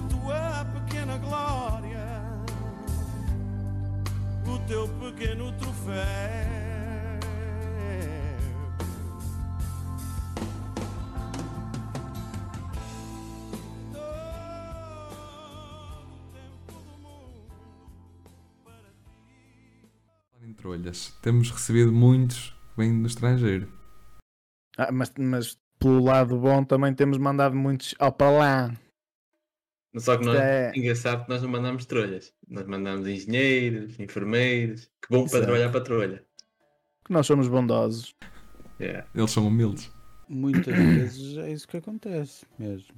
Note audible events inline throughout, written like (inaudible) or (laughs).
da pequena glória, o teu pequeno troféu. Oh, Todo o tempo do mundo para ti. Em trolhas. Temos recebido muitos que vêm do estrangeiro. Ah, mas, mas pelo lado bom também temos mandado muitos ao para lá. Só que nós, É. engraçado que nós não mandamos trolhas. Nós mandamos engenheiros, enfermeiros, que bom para Exato. trabalhar para trolha. Que nós somos bondosos. Yeah. Eles são humildes. Muitas (coughs) vezes é isso que acontece mesmo.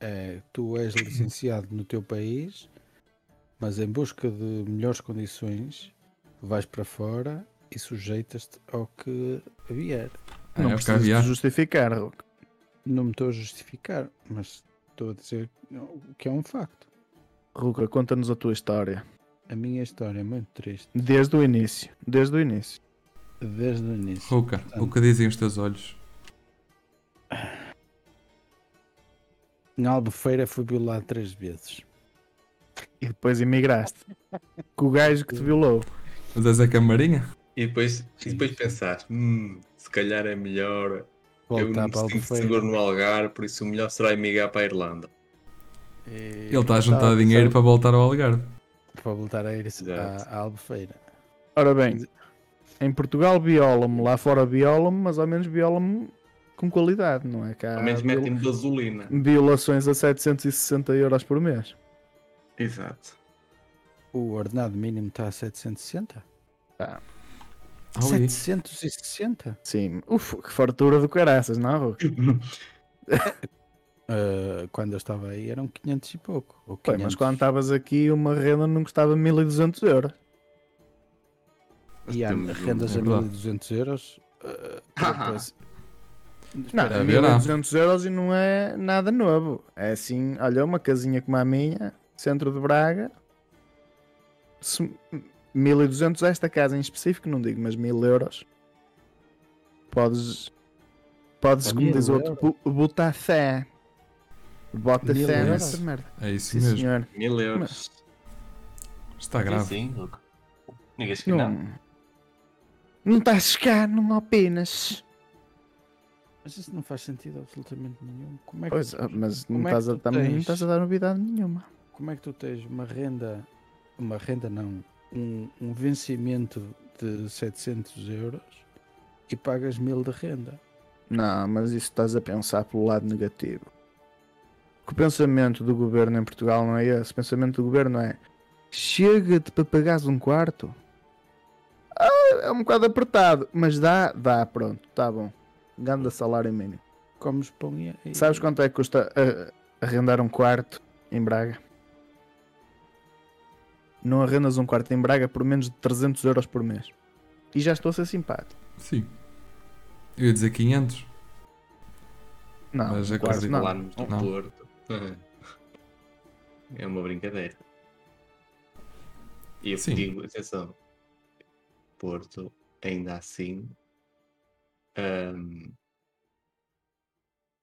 É, tu és licenciado no teu país, mas em busca de melhores condições, vais para fora e sujeitas-te ao que vier. Ah, não é o precisas de caviar. justificar, Hulk. Não me estou a justificar, mas estou a dizer o que é um facto. Ruca, conta-nos a tua história. A minha história é muito triste Desde o início. Desde o início. desde o início. Ruka, o que dizem os teus olhos? Em Albufeira fui violado três vezes. E depois imigraste. Com o gajo que te violou. O da Zé Camarinha? E depois, e Sim, depois sim. pensar, hum, se calhar é melhor. eu Voltar não para né?" sinto Albufeira. seguro no Algarve, por isso o melhor será emigrar para a Irlanda. Ele está a juntar dinheiro para voltar ao Algarve. para voltar a ir Exato. à, à Albufeira. Ora bem, em Portugal violam-me, lá fora violam-me, mas ao menos violam-me com qualidade, não é? Cá Ao menos há viol- metem-me gasolina. violações a 760 euros por mês. Exato. O ordenado mínimo está a 760? Ah, ui. 760? Sim, uf, que fartura do caraças, não é, Ruca? Ah, quando eu estava aí eram 500 e pouco. Ou Bem, 500. mas quando estavas aqui, uma renda não custava 1200 euros. E há Temos um- rendas a é verdade. 1200 euros. ah, depois- Não, Espera, a ver, não. 1200 euros e não é nada novo. É assim, olha, uma casinha como a minha, centro de Braga. Se- 1200, esta casa em específico, não digo, mas 1000 euros. Podes, podes Ah, como 1000 diz o outro, bo- botar fé. Bota 1000 fé euros? nessa merda. É isso Sim, mesmo. senhor. Mil euros. Está grave. Sim, louco. Digas que não. Não. Não estás cá, não opinas. Mas isso não faz sentido absolutamente nenhum. Como é que, Pois, ah, mas não Como é que estás a, tu também não tens? estás a dar novidade nenhuma. como é que tu tens uma renda, uma renda não, um, um vencimento de 700 euros e pagas 1000 de renda? Não, mas isso estás a pensar pelo lado negativo. Porque o pensamento do governo em Portugal não é esse. O pensamento do governo é chega-te para pagares um quarto. Ah, é um bocado apertado, mas dá, dá, pronto, tá bom. Ganda salário mínimo. Comes pão e. e- Sabes quanto é que custa ah, arrendar um quarto em Braga? Não arrendas um quarto em Braga por menos de 300 euros por mês. E já estou a ser simpático. Sim. Eu ia dizer 500. Não, Mas um é quarto quase não. Lá no Não. Porto. É uma brincadeira. E eu Sim. digo, atenção, Porto, ainda assim, ahm,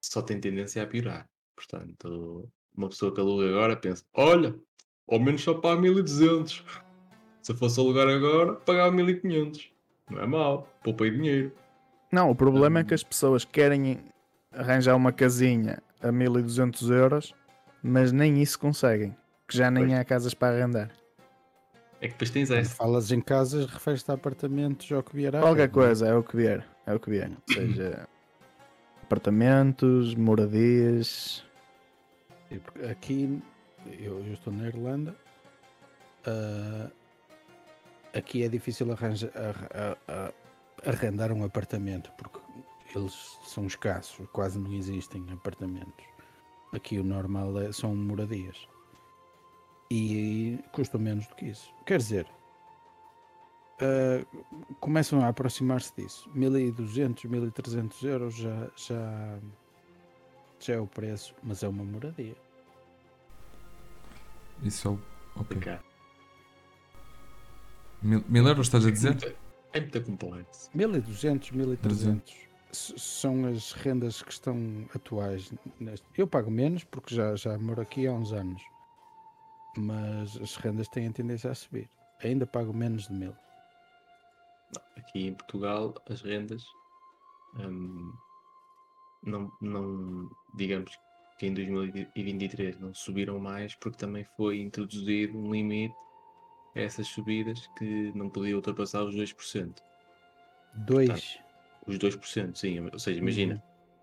só tem tendência a piorar. Portanto, uma pessoa que aluga agora pensa, olha, ao menos só paga 1200. Se eu fosse alugar agora, pagava 1500. Não é mau, poupei dinheiro. Não, o problema é que as pessoas querem arranjar uma casinha a 1200 euros, mas nem isso conseguem, que já nem Pois. há casas para arrendar. É que depois tens Quando essa. falas em casas, referes-te a apartamentos ou o que vier à Qualquer frente, não é? coisa, é o que vier, é o que vier. Ou seja, apartamentos, moradias, E porque Aqui, eu, eu estou na Irlanda, ah, aqui é difícil arranja- arra- a- a- arrendar um apartamento, porque eles são escassos, quase não existem apartamentos. Aqui o normal é- são moradias. E custam menos do que isso. Quer dizer, ah, começam a aproximar-se disso. 1.200, 1.300 euros já- já, já é o preço, mas é uma moradia. Isso é o. Ok. Ricardo. Mil, mil euros estás a dizer? É muito- É muito complexo. 1200, 1300 s- são as rendas que estão atuais. neste- Eu pago menos porque já, já moro aqui há uns anos. mas as rendas têm tendência a subir. Ainda pago menos de mil. Aqui em Portugal, as rendas hum, não, não, digamos que em 2023 não subiram mais, porque também foi introduzido um limite a essas subidas que não podia ultrapassar os 2%. Dois. Os 2%, sim. Ou Uhum. seja, imagina,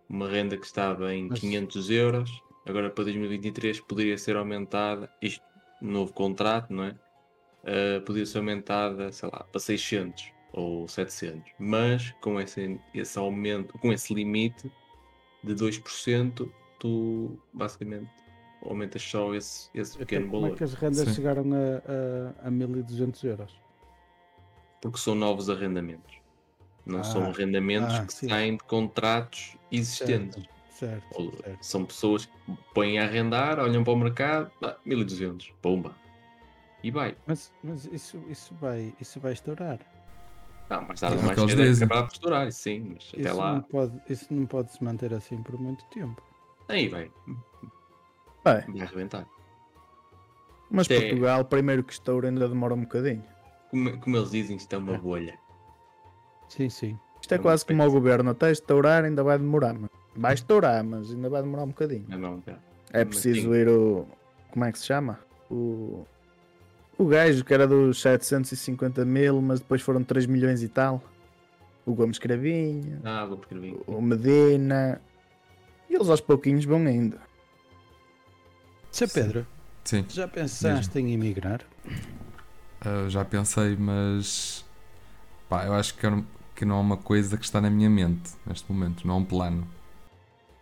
uma renda que estava em 500 euros, agora para 2023 poderia ser aumentada, isto novo contrato, não é? Ah, poderia ser aumentada, sei lá, para 600 ou 700. Mas com esse, esse aumento, com esse limite de 2%, tu basicamente aumentas só esse, esse Até pequeno como é valor. que as rendas Sim. chegaram a, a, a 1200 euros? Porque são novos arrendamentos. Não são Ah, arrendamentos ah, que sim. saem de contratos existentes. Certo, Ou- certo. São pessoas que põem a arrendar, olham para o mercado, ah, 1200, pomba. E vai. Mas, mas isso, isso, vai, isso vai estourar. Não, mais tarde É ou o mais que eles cedo é dizem. acabar por estourar, sim, mas até Isso lá, não, pode, isso não pode se manter assim por muito tempo. aí vai. Vai. Vai arrebentar. Mas Sim. Portugal, primeiro que estoura, ainda demora um bocadinho. Como, como eles dizem, isto é uma É. bolha. Sim, sim. Isto é Eu quase respeito. como o governo, até estourar ainda vai demorar. Mas... Vai estourar, mas ainda vai demorar um bocadinho. Não, não, não. É Mas preciso ir o. Como é que se chama? O. O gajo que era dos 750 mil, mas depois foram 3 milhões e tal. O Gomes Cravinho, Ah, vou escrever. o Medina. E eles aos pouquinhos vão ainda. Seu Sim. Pedro, Sim. já pensaste em emigrar? Ah, já pensei, mas pá, eu acho que, eu não- que não é uma coisa que está na minha mente neste momento, não é um plano.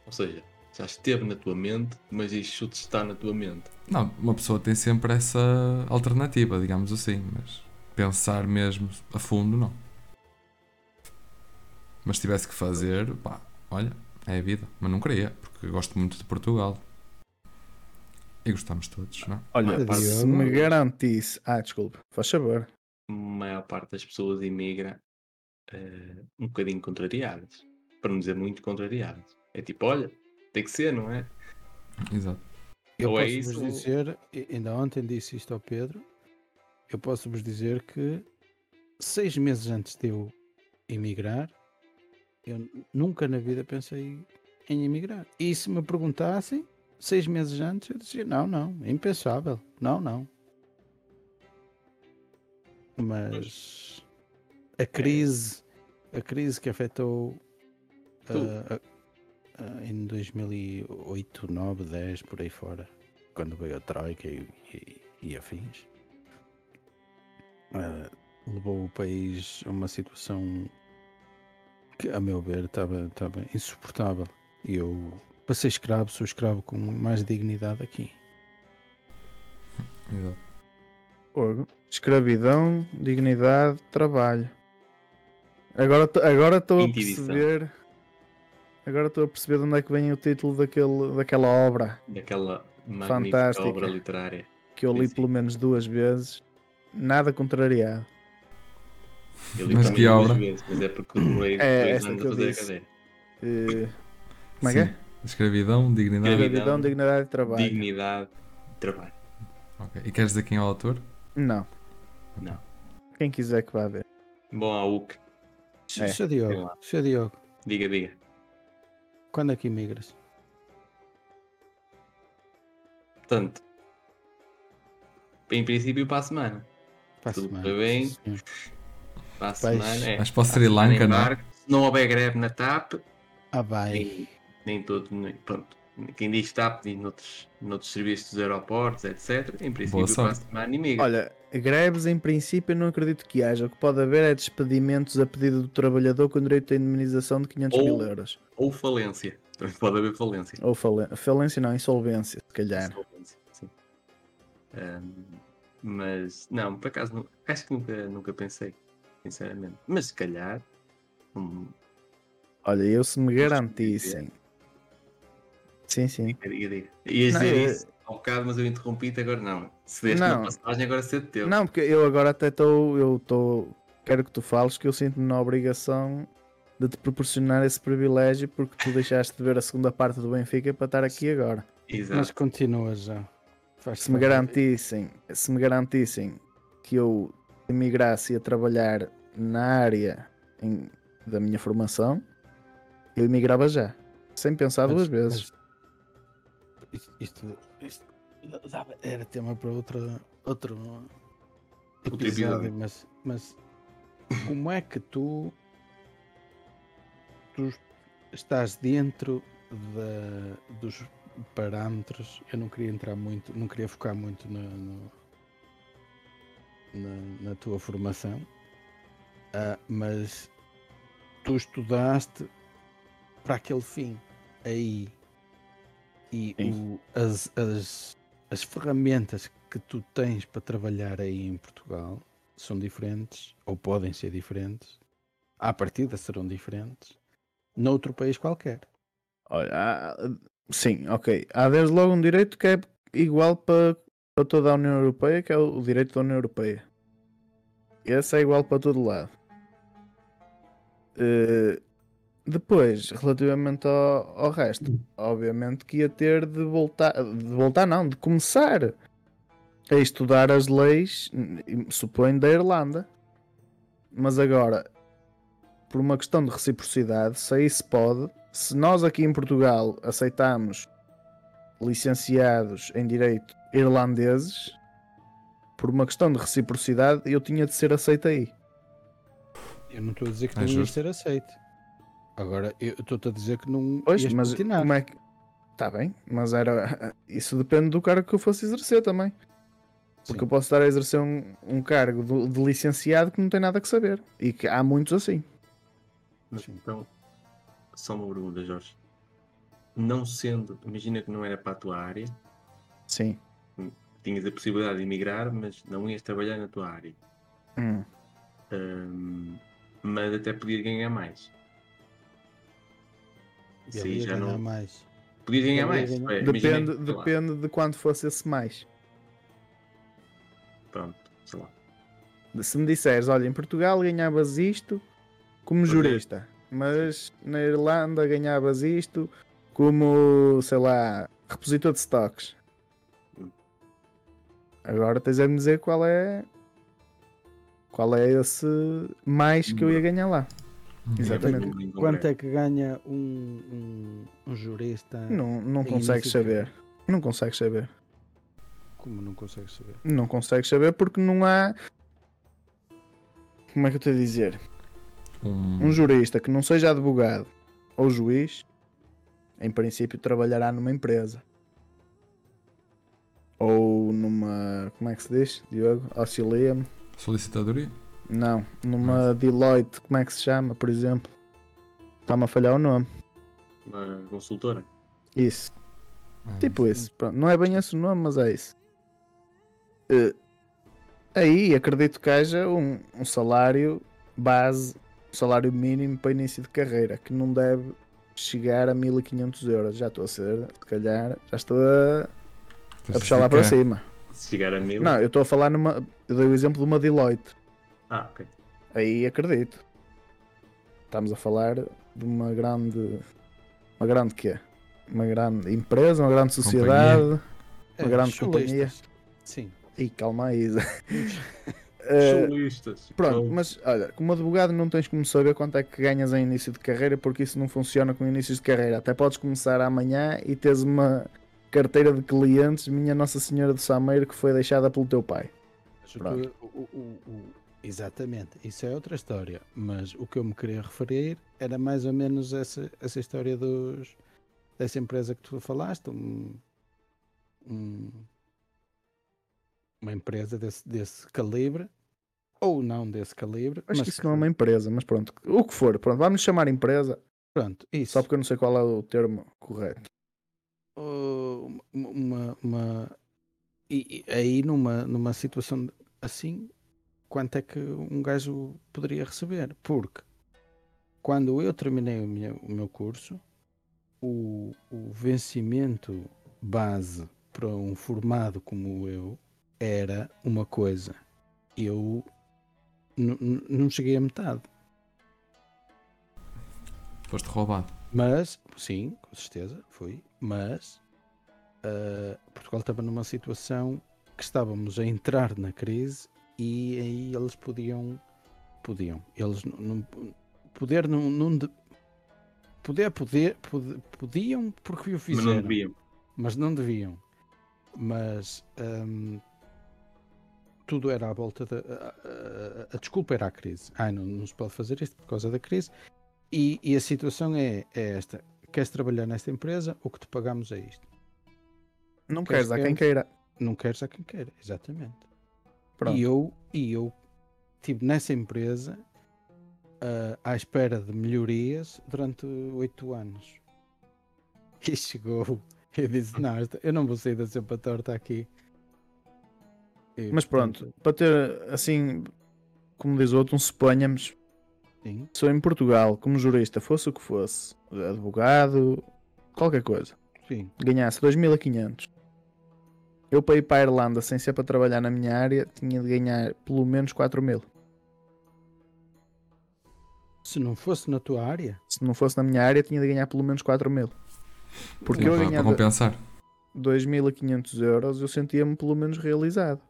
Ou seja, já esteve na tua mente, mas isto está na tua mente. Não, uma pessoa tem sempre essa alternativa, digamos assim, mas pensar mesmo a fundo, não. Mas se tivesse que fazer, pá, olha, é a vida, mas não queria, porque eu gosto muito de Portugal. E gostamos todos, não? é? Olha, Olha, pá, Diogo. Se me garantisse. Ah, desculpa, faz favor. a maior parte das pessoas imigra eh, um bocadinho contrariadas. Para não dizer muito contrariadas. É tipo, olha, tem que ser, não é? Exato. Eu Ou é posso-vos isso ou- dizer, e- ainda ontem disse isto ao Pedro, eu posso-vos dizer que seis meses antes de eu emigrar, eu n- nunca na vida pensei em emigrar. E se me perguntassem, seis meses antes, eu dizia, não, não, é impensável, não, não. Mas a crise, a crise que afetou Tu. ah, a- a- em 2008, 9, 10, por aí fora, quando veio a Troika e, e, e afins, ah, levou o país a uma situação que, a meu ver, estava estava insuportável. E eu, para ser escravo, sou escravo com mais dignidade aqui. Exato. Fogo. Escravidão, dignidade, trabalho. Agora t- agora estou a Intidição. perceber. Agora estou a perceber de onde é que vem o título daquele, daquela obra Daquela magnífica Fantástica. obra literária. que eu Sim, li sim. pelo menos duas vezes. Nada contrariado. Eu li Mas também que duas obra? Vezes, mas é porque demorei É, dois esta anos que a eu fazer a disse. cadeira. Eh, como é que Sim. Escravidão, dignidade. Escravidão. Escravidão, dignidade e trabalho. Dignidade, trabalho. Ok. E queres dizer quem é o autor? Não. Não. Quem quiser que vá ver. Bom, a UC, É, Seu Diogo, lá. seu Diogo, diga, diga. quando é que emigras? Portanto, em princípio, para a semana. Para a Tudo semana, bem? sim, senhor. Para a Pois. semana é. Mas para o para a Sri semana Lanka, não é? embarque. Se não houver greve na TAP, Ah, vai. nem, nem todo. nem- pronto. Quem diz TAP diz noutros, noutros serviços dos aeroportos, etc. Em princípio, para a sorte. semana imigra. Olha, greves em princípio eu não acredito que haja. O que pode haver é despedimentos a pedido do trabalhador com direito à indemnização de 500 mil Ou- euros. Ou falência. Também pode haver falência. Ou falen- falência, não, insolvência, se calhar. Insolvência, sim. Ahm, mas, não, por acaso, nu- acho que nunca, nunca pensei, sinceramente. Mas se calhar, hum, Olha, eu se me garantissem. Sim, sim. diga, diga. Ias Não, dizer eu- isso há um bocado, mas eu interrompi-te agora, não. Se deste Não. uma passagem, agora cedo teu. Não, porque eu agora até estou. Eu estou. Quero que tu fales que eu sinto-me na obrigação de te proporcionar esse privilégio porque tu deixaste de ver a segunda parte do Benfica para estar aqui agora. Exato. Mas continua já. Faz se me garantissem, se me garantissem que eu emigrasse e ia trabalhar na área em- da minha formação, eu emigrava já, sem pensar duas vezes. Isto, isto- isto dava- era tema para outra, outro Outro episódio, episódio. mas, mas como é que tu, tu estás dentro da- dos parâmetros? Eu não queria entrar muito, não queria focar muito na, no- na, na tua formação, ah, mas tu estudaste para aquele fim aí e Sim. o- as, as, as ferramentas que tu tens para trabalhar aí em Portugal são diferentes ou podem ser diferentes, à partida serão diferentes, noutro país qualquer. Olha, há- sim, ok. Há desde logo um direito que é igual para, para toda a União Europeia, que é o direito da União Europeia. Esse é igual para todo lado. Eh, depois, relativamente ao, ao resto, obviamente que ia ter de voltar, de voltar não, de começar a estudar as leis, hum, suponho, da Irlanda. Mas agora, por uma questão de reciprocidade, se aí se pode, se nós aqui em Portugal aceitamos licenciados em direito irlandeses, por uma questão de reciprocidade, eu tinha de ser aceito aí. Eu não estou a dizer que É não ias justo. ser aceito. Agora, eu estou-te a dizer que não Pois, ias mas platinar. como é que. Está bem, mas era. Isso depende do cargo que eu fosse exercer também. Porque Sim. eu posso estar a exercer um, um cargo do- de, licenciado que não tem nada que saber. E que há muitos assim. Mas então, só uma pergunta, Jorge. Não sendo, imagina que não era para a tua área, Sim. tinhas a possibilidade de emigrar, mas não ias trabalhar na tua área. Hum. Ahm, mas até podias ganhar mais. Ele Isso aí ia já ganhar não. mais. Podias ganhar ele mais. ia ganhar- é, imagina Depende, que, sei lá, depende de quanto fosse esse mais. Pronto, sei lá. Se me disseres, olha, em Portugal ganhavas isto como Ok. jurista, mas na Irlanda ganhavas isto como, sei lá, repositor de stocks. Hum. Agora tens a me dizer qual é. Qual é esse mais que eu ia ganhar lá? Exatamente. Uhum. Ninguém compra. Quanto é que ganha um, um, um jurista? Não, não É consegues insignificante. saber. Não consegues saber. Como não consegues saber? Não consegues saber porque não há. Como é que eu te ia dizer? Um, Um jurista que não seja advogado ou juiz, em princípio trabalhará numa empresa. Ou numa. Como é que se diz, Diogo? Auxilia-me? solicitadoria? Não. Numa Deloitte, como é que se chama, por exemplo? Está-me a falhar o nome. Uma consultora. Isso. Ah, Tipo isso, pronto. Não é bem esse o nome, mas é isso. Eh, aí acredito que haja um, um salário base, um salário mínimo para início de carreira, que não deve chegar a 1500 euros. Já estou a ser, se calhar, já estou a, a puxar lá para Justifica- cima. Se chegar a mil. Não, eu estou a falar numa. Eu dei o exemplo de uma Deloitte. Ah, ok. Aí acredito. Estamos a falar de uma grande. Uma grande quê? Uma grande empresa, uma grande Companhia. sociedade. Uma É, grande juristas. Sim. Ih, calma aí, Zé. Eh, Soluistas. pronto, mas olha, como advogado não tens como saber quanto é que ganhas em início de carreira, porque isso não funciona com inícios de carreira. Até podes começar amanhã e teres uma carteira de clientes, minha Nossa Senhora do Sameiro, que foi deixada pelo teu pai. Mas o Pronto. que eu- o- o- o- exatamente, isso é outra história. Mas o que eu me queria referir era mais ou menos essa, essa história dos, dessa empresa que tu falaste, um- um- uma empresa desse, desse calibre, ou não desse calibre, Acho mas que isso não é uma empresa, mas pronto, o que for, pronto, vamos chamar empresa, pronto, isso. só porque eu não sei qual é o termo correto. Uh, uma, uma- uma- e, e aí numa, numa situação de- assim, quanto é que um gajo poderia receber? Porque quando eu terminei o meu, o meu curso, o, o vencimento base para um formado como eu era uma coisa. Eu nu- nu- não cheguei à metade. Foste roubado. Mas, sim, com certeza, foi. Mas ah, Portugal estava numa situação que estávamos a entrar na crise e aí eles podiam. Podiam. Eles não- não. Poder não. não de- poder, poder, pod- podiam porque o Mas fizeram não deviam. mas não deviam. Mas hum, tudo era à volta da. A, a- a desculpa era a crise. Ai, não, não se pode fazer isto por causa da crise. E, e a situação é, é esta: queres trabalhar nesta empresa? O que te pagamos é isto. Não queres Queres dar quem queres? queira. Não queres a quem queira, exatamente. Pronto. E eu, e eu estive nessa empresa ah, à espera de melhorias durante oito anos. (laughs) E chegou. Eu disse, não, esta- eu não vou sair da sempre torta aqui. E, Mas portanto, pronto, para ter assim, como diz o outro, um suponhamos, Sim, se eu em Portugal, como jurista, fosse o que fosse, advogado, qualquer coisa, sim. ganhasse 2.500, eu para ir para a Irlanda sem ser para trabalhar na minha área, tinha de ganhar pelo menos 4.000. Se não fosse na tua área, Se não fosse na minha área, tinha de ganhar pelo menos 4.000. Porque Sim, eu para, para ganhava compensar. 2.500 euros, eu sentia-me pelo menos realizado.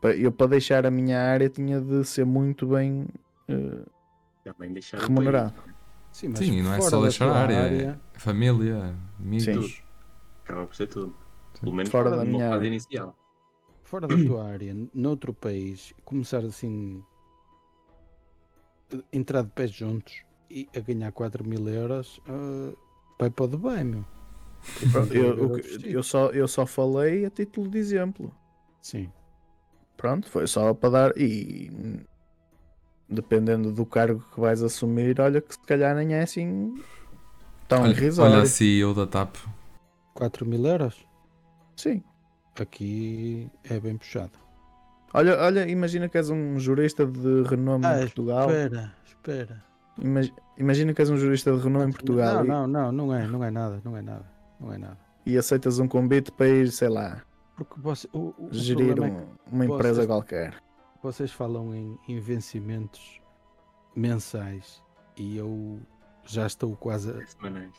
Pa- Eu para deixar a minha área tinha de ser muito bem eh, Também deixaram remunerado. sim, mas Sim, e não é fora só da deixar a tua área, é- Família, amigos. Tudo. Acaba por ser tudo. Pelo Sim. menos Fora fora da da minha fase área. inicial. fora da tua área, n- noutro país, começar assim, eh, entrar de pés juntos e a ganhar 4 mil euros, eh, vai para o de bem, meu. Tipo, Pronto, eu, o que- Sim. eu só, eu só falei a título de exemplo. Sim, Pronto, foi só para dar. E hum, dependendo do cargo que vais assumir, olha que se calhar nem é assim tão Olha, Um irrisório. olha a CEO da TAP. 4 mil euros, Sim. aqui é bem puxado. Olha, olha, imagina que és um jurista de renome Ah, em Portugal. Espera, espera. Ima- Imagina que és um jurista de renome em Portugal e- Não, não, não, não é, não é nada, não é nada, não é nada. E, aceitas um convite para ir, sei lá, Porque você, o, o- o gerir problema é um- uma empresa vocês- qualquer. Vocês falam em, em vencimentos mensais e eu já estou quase. A... Semanais.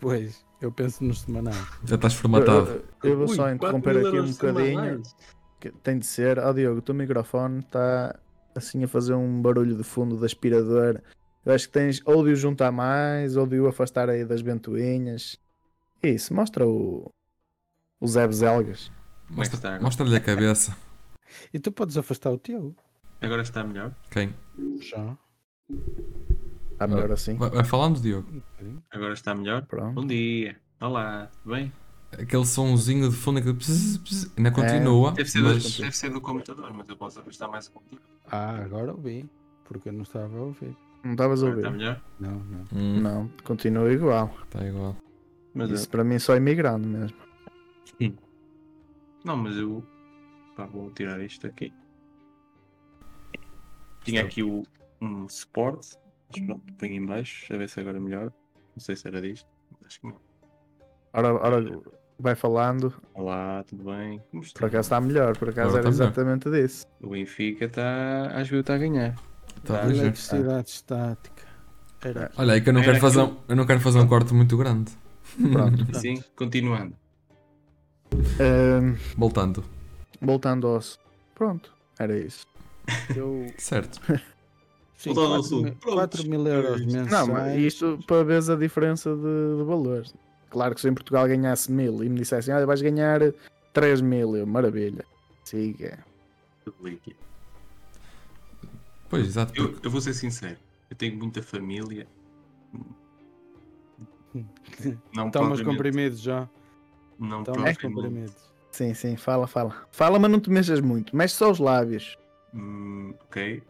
Pois, eu penso nos semanais. Já estás Eu, formatado. eu- eu vou Ui, só 4 interromper mil aqui um euros bocadinho. semanais. Que Tem de ser. Ó Diogo, o teu microfone está assim a fazer um barulho de fundo de aspirador. Eu acho que tens ou de o juntar mais, ou de o afastar aí das ventoinhas. Isso, mostra o. O Zé Bezelgas. Como é que está Mostra- agora? Mostra-lhe a cabeça. E tu podes afastar o teu? Agora está melhor. Quem? Já. Está melhor assim. Vai, vai falando, Diogo. um bocadinho. Agora está melhor. Bom Pronto. dia. Olá, tudo bem? Aquele somzinho de fundo que pss, pss, ainda continua. É, Deve ser, mas do, deve ser do computador, mas eu posso afastar mais o computador. Ah, agora ouvi. Porque eu não estava a ouvir. Não estavas a Agora está ouvir? melhor. Não, não. Hum, Não, continua igual. tá igual. Mas Isso para mim só é imigrante mesmo. eu- não, mas eu pá, vou tirar isto aqui. Tinha Está- aqui o, um suporte, mas pronto, ponho em baixo, a ver se agora é melhor. Não sei se era disto, mas acho que não. Ora, ora vai falando. Olá, tudo bem? Como Por está? acaso está melhor, por acaso Agora era está melhor. exatamente disso. O Benfica está. Acho que está a ganhar. Tá Ah, A ligeiro. Eletricidade estática. Era. Ah. Olha, é que eu não, Era quero fazer, aquilo- um- eu não quero fazer um corte muito grande. (laughs) Pronto. Sim, continuando. Ahm, Voltando. Ehm, voltando ao. ass- Pronto, era isso. Eu. Certo. Sim, Voltando ao 4 mil, assunto. Pronto. 4 mil euros mensais. Não, mas isto para veres a diferença de, de valor. Claro que se eu em Portugal ganhasse mil e me dissessem, olha, vais ganhar 3 mil, eu, maravilha. Siga. Tudo líquido. Pois, exato. Eu, eu vou ser sincero, eu tenho muita família. Não Hum. Toma os propriamente- comprimidos já. Não Toma os propriamente, comprimidos. Sim, sim, fala, fala. Fala, mas não te mexas muito, mexe só os lábios. Hum, ok.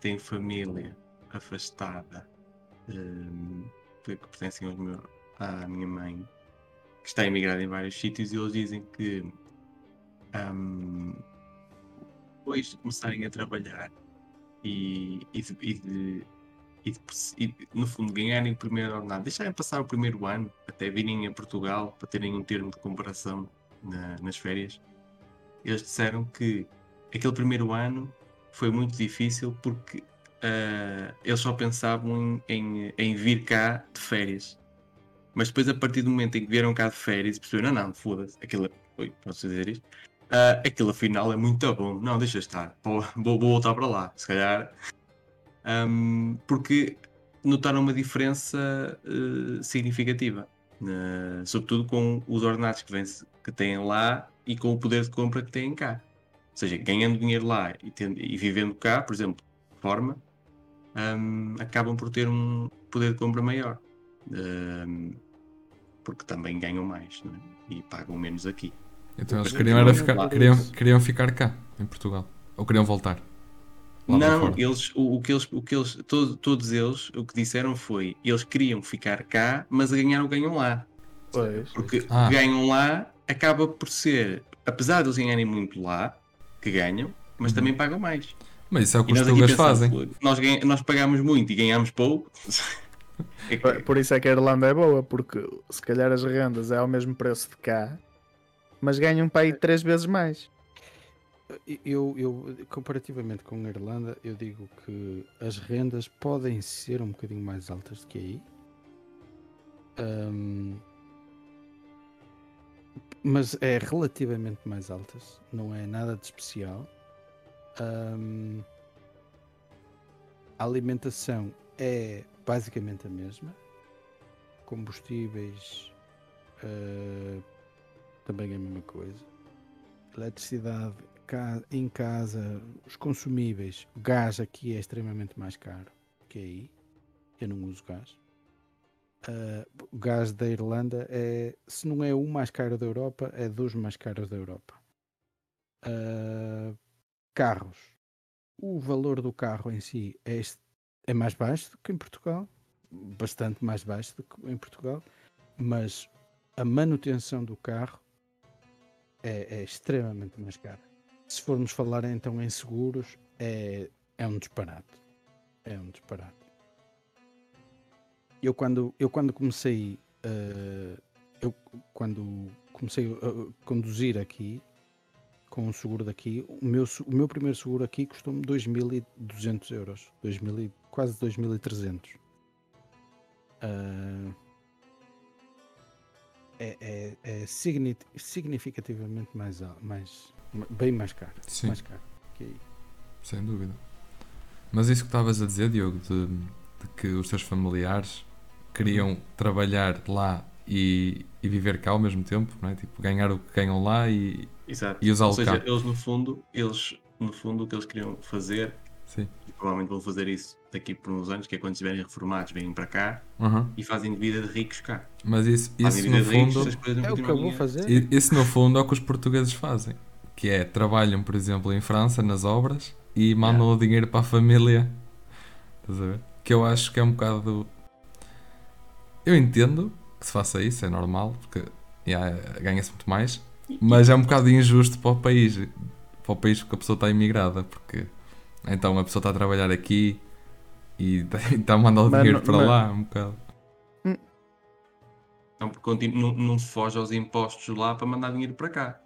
Tenho família afastada hum, que que pertencem aos meu, à minha mãe, que está emigrada em vários sítios, e eles dizem que hum, depois de começarem a trabalhar e, e, de- e de- e de perce- e de, no fundo ganharem o primeiro ordenado, deixarem passar o primeiro ano até virem a Portugal para terem um termo de comparação na- nas férias, eles disseram que aquele primeiro ano foi muito difícil porque ah, eles só pensavam em, em- em vir cá de férias. Mas depois, a partir do momento em que vieram cá de férias e perceberam, não, não, foda-se, aquilo. é-" Oi, posso dizer isto? Ah, aquilo afinal é muito bom. Não, deixa estar. Vou, vou vou voltar para lá, se calhar. Ahm, porque notaram uma diferença eh, significativa. na- sobretudo com os ordenados que, vêm- que têm lá e com o poder de compra que têm cá. Ou seja, ganhando dinheiro lá e, tendo- e vivendo cá, por exemplo, de forma, ahm, acabam por ter um poder de compra maior. Ahm, porque também ganham mais não é? e pagam menos aqui. Então eles Mas queriam, não era é ficar, verdade. queriam, queriam ficar cá, em Portugal. Ou queriam voltar. Lá para Não, fora. eles, o, o que eles, o que eles todo- todos eles, o que disseram foi, eles queriam ficar cá, mas a ganhar o ganham lá. Pois. Porque Ah. ganham lá, acaba por ser, apesar de eles ganharem muito lá, que ganham, mas Uhum. também pagam mais. Mas isso é o que E os nós aqui tugas pensamos, fazem. "Pô, nós, ganha- nós pagámos muito e ganhámos pouco. (laughs) É que- Por- Por isso é que a Irlanda é boa, porque se calhar as rendas é ao mesmo preço de cá, mas ganham para aí três vezes mais. Eu, eu, comparativamente com a Irlanda, eu digo que as rendas podem ser um bocadinho mais altas do que aí. Ahm, mas é relativamente mais altas, não é nada de especial. Ahm, a alimentação é basicamente a mesma. Combustíveis ah, também é a mesma coisa eletricidade ca- em casa, os consumíveis, o gás aqui é extremamente mais caro que aí. Eu não uso gás. Ah, o gás da Irlanda é, se não é o mais caro da Europa, é dos mais caros da Europa. Ah, carros. O valor do carro em si é, ex- é mais baixo do que em Portugal, bastante mais baixo do que em Portugal, mas a manutenção do carro é, é extremamente mais cara. Se formos falar então em seguros, é, é um disparate. É um disparate. Eu quando, eu quando comecei, eh, eu quando comecei a- a conduzir aqui, com o seguro daqui, o meu, se- o meu primeiro seguro aqui custou-me 2.200 euros, 2000 e- quase 2.300. Ah, é, é- é signi- significativamente mais, al- mais ma- bem mais caro. Sim. Mais caro que aí. Sem dúvida. Mas isso que estavas a dizer, Diogo, de, de que os teus familiares queriam Uhum. trabalhar lá e, e viver cá ao mesmo tempo, não é? Tipo, ganhar o que ganham lá e. Exato. E usar Ou o seja, carro. eles no fundo, eles no fundo o que eles queriam fazer, Sim. e provavelmente vão fazer isso daqui por uns anos, que é quando estiverem reformados, vêm para cá Aham. e fazem vida de ricos cá. Mas isso, Fazem isso vida no de ricos, fundo. as coisas não É o que eu continuam vou a- fazer. I- Isso no fundo é o que os portugueses fazem, que é trabalham, por exemplo, em França nas obras e mandam o dinheiro para a família. Estás a ver? Que eu acho que é um bocado. Eu entendo que se faça isso, é normal, porque yeah, ganha-se muito mais, mas é um bocado injusto para o país, para o país que a pessoa está imigrada, porque então a pessoa está a trabalhar aqui e (laughs) está a mandar o Mas dinheiro não- para mas- lá, é um bocado. Não, porque continu- não, não se foge aos impostos lá para mandar dinheiro para cá.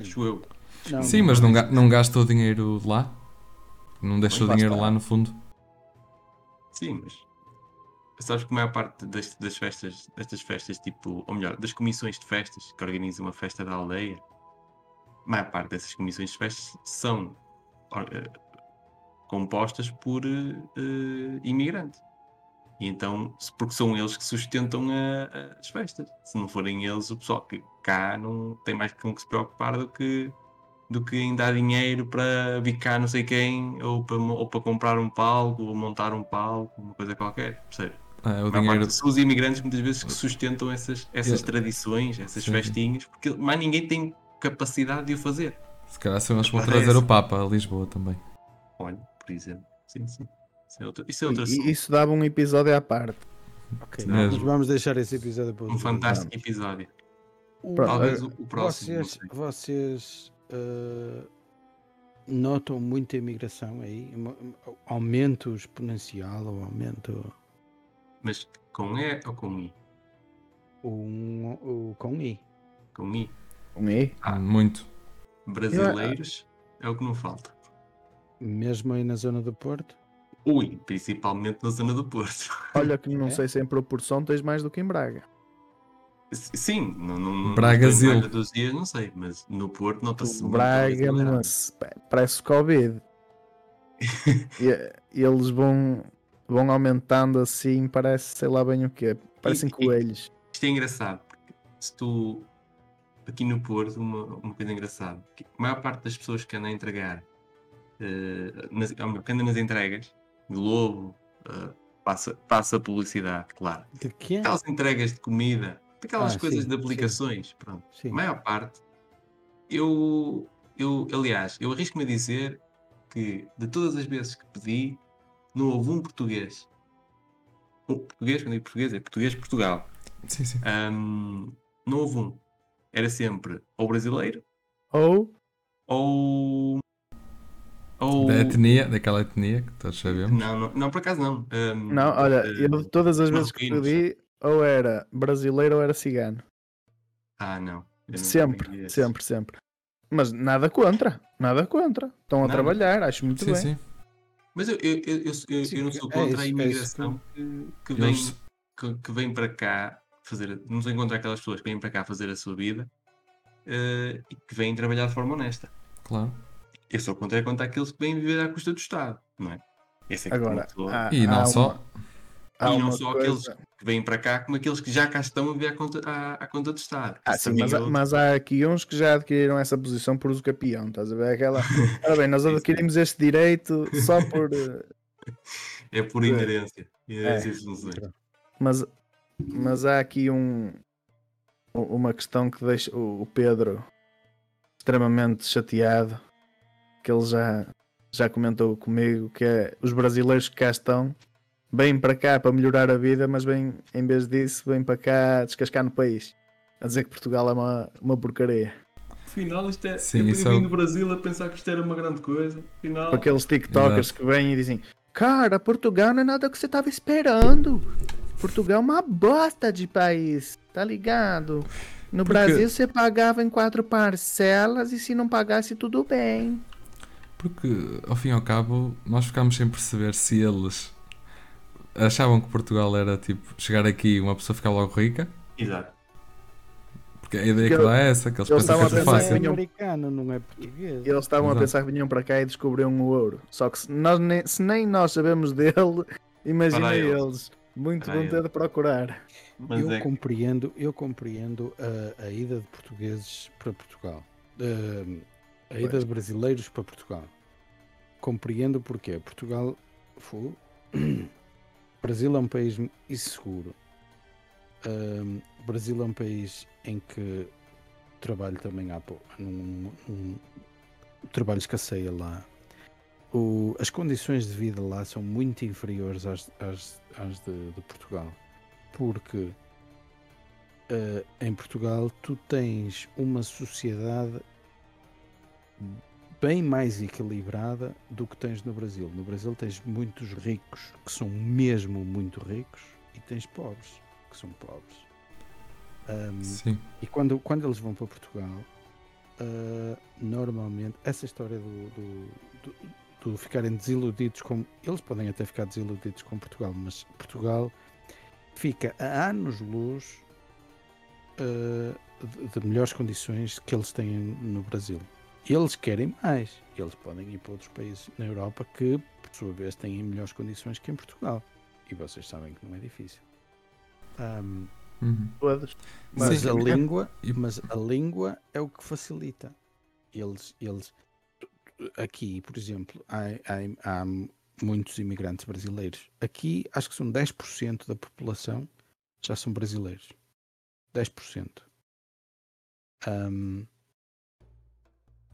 Acho eu. Não, Sim, mas não, ga- não gasta o dinheiro lá. Não deixa o lá dinheiro está. lá no fundo. Sim, mas sabes que a maior parte das, das festas, destas festas, tipo, ou melhor, das comissões de festas que organizam a festa da aldeia, a maior parte dessas comissões de festas são or- eh, compostas por eh, eh, imigrantes. E então, se- porque são eles que sustentam a- a- as festas. Se não forem eles, o pessoal que cá não tem mais com o que se preocupar do que, do que em dar dinheiro para bicar não sei quem, ou para, mo- ou para comprar um palco, ou montar um palco, uma coisa qualquer. Percebe? É, o A maior dinheiro. parte são os imigrantes muitas vezes que sustentam essas, essas Eu- tradições, essas Sim. festinhas, porque mais ninguém tem capacidade de o fazer. Se calhar são eles que vão Parece. trazer o Papa a Lisboa também. Olha, por exemplo. Sim, sim. Isso é outro, isso é outro assunto. E isso dava um episódio à parte. Ok, Não. mas vamos deixar esse episódio para Um outro fantástico episódio. O- eh, Pronto, Talvez o, o próximo. não Vocês, sei. vocês eh, notam muita imigração aí? Mo- Aumento exponencial ou aumento Mas com E ou com I? um, o- com I? Com I. Um E? Ah. Muito. Brasileiros é o que não falta. Mesmo aí na zona do Porto? Ui, principalmente na zona do Porto. Olha que não É? sei se em proporção tens mais do que em Braga. S- Sim, não, não, não Braga, tenho Zil. nada dos dias, não sei, mas no Porto nota-se muito Braga, brasileirado. mas pa- parece (laughs) Covid. E- eles vão, vão aumentando assim, parece sei lá bem o quê. Parecem E- e- coelhos. Isto é engraçado, porque se tu aqui no Porto, uma, uma coisa engraçada, que a maior parte das pessoas que andam a entregar, eh, nas, ou melhor, que andam nas entregas, Globo, eh, passa, passa publicidade, claro. De quê? Aquelas entregas de comida, aquelas Ah, coisas sim, de sim. aplicações, pronto. Sim. A maior parte, eu, eu aliás, eu arrisco-me a dizer que de todas as vezes que pedi, não houve um português. Um português, quando digo português, é português de Portugal. Sim, sim. Ahm, não houve um. Era sempre ou brasileiro Ou ou. ou... Da etnia, daquela etnia que todos sabemos. Não, não, não, por acaso não. Ahm, Não, olha, eh, eu de todas as vezes que marroquinos. pedi, ou era brasileiro ou era cigano. Ah, não. Eu não Sempre, sabia é isso. sempre, sempre. Mas nada contra, nada contra. Estão a Nada. trabalhar, acho muito Sim, bem. sim. Mas eu, eu, eu, eu- eu- eu não Sim, sou é contra isso, é a isso imigração que, que vem, Eles- que, que vem para cá fazer. Não sou contra aquelas pessoas que vêm para cá fazer a sua vida eh, e que vêm trabalhar de forma honesta. Claro. Eu sou contra é contra aqueles que vêm viver à custa do Estado, não é? Esse é que Agora, começou- há- E não Ah, há só. uma- há E não uma só coisa- aqueles que vêm para cá, como aqueles que já cá estão a ver à conta, à, à conta do Estado. Ah, Isso sim, também mas, é há- outro. mas há aqui uns que já adquiriram essa posição por uso capião, estás a ver? Aquela. (laughs) Ora bem, nós Sim, sim. adquirimos este direito só por. eh, É por É. inerência. inerência de funções. Mas, mas há aqui um, u- uma questão que deixa o o Pedro extremamente chateado, que ele já, já comentou comigo, que é os brasileiros que cá estão vêm para cá para melhorar a vida, mas vêm, em vez disso, vêm para cá descascar no país. A dizer que Portugal é uma, uma porcaria. Afinal, isto é. Sim, eu isso vim é o- do Brasil a pensar que isto era uma grande coisa. Afinal. Para aqueles TikTokers que vêm e dizem: Cara, Portugal não é nada que você tava esperando. Portugal é uma bosta de país, tá ligado? No Por quê? Brasil você pagava em quatro parcelas e se não pagasse, tudo bem. Porque, ao fim e ao cabo, nós ficámos sem perceber se eles achavam que Portugal era tipo chegar aqui e uma pessoa ficar logo rica. Exato. Porque a ideia Porque que dá é essa, que eles eles pensam que é estavam a tudo pensar fácil. em- é americano, não é português. E eles estavam a Exato. pensar que vinham para cá e descobriam o ouro. Só que se, nós nem, se nem nós sabemos dele, (laughs) imagina Para eles. eles. Muito Para vão ter eles. de procurar. Mas eu é que- compreendo, eu compreendo a, a ida de portugueses para Portugal, Ahm, a ida Pois. de brasileiros para Portugal. Compreendo porque Portugal, fu, (clears throat) Brasil é um país inseguro. Ahm, Brasil é um país em que o trabalho também há pou- num- num- o trabalho escasseia lá. O- as condições de vida lá são muito inferiores às, às- às de- de Portugal porque eh, em Portugal tu tens uma sociedade bem mais equilibrada do que tens no Brasil. No Brasil tens muitos ricos que são mesmo muito ricos e tens pobres que são pobres. Ahm, Sim. e quando, quando eles vão para Portugal, ah, normalmente, essa história do, do, do- do ficarem desiludidos com. Eles podem até ficar desiludidos com Portugal, mas Portugal fica a anos-luz ah, de, de melhores condições que eles têm no Brasil. Eles querem mais. Eles podem ir para outros países na Europa que, por sua vez, têm melhores condições que em Portugal. E vocês sabem que não é difícil. Ahm, Uhum. Todos. mas Sim. (laughs) a língua, E- mas a língua é o que facilita. Eles, eles aqui, por exemplo, há, há- há muitos imigrantes brasileiros. Aqui acho que são 10% da população já são brasileiros. 10%. Ahm,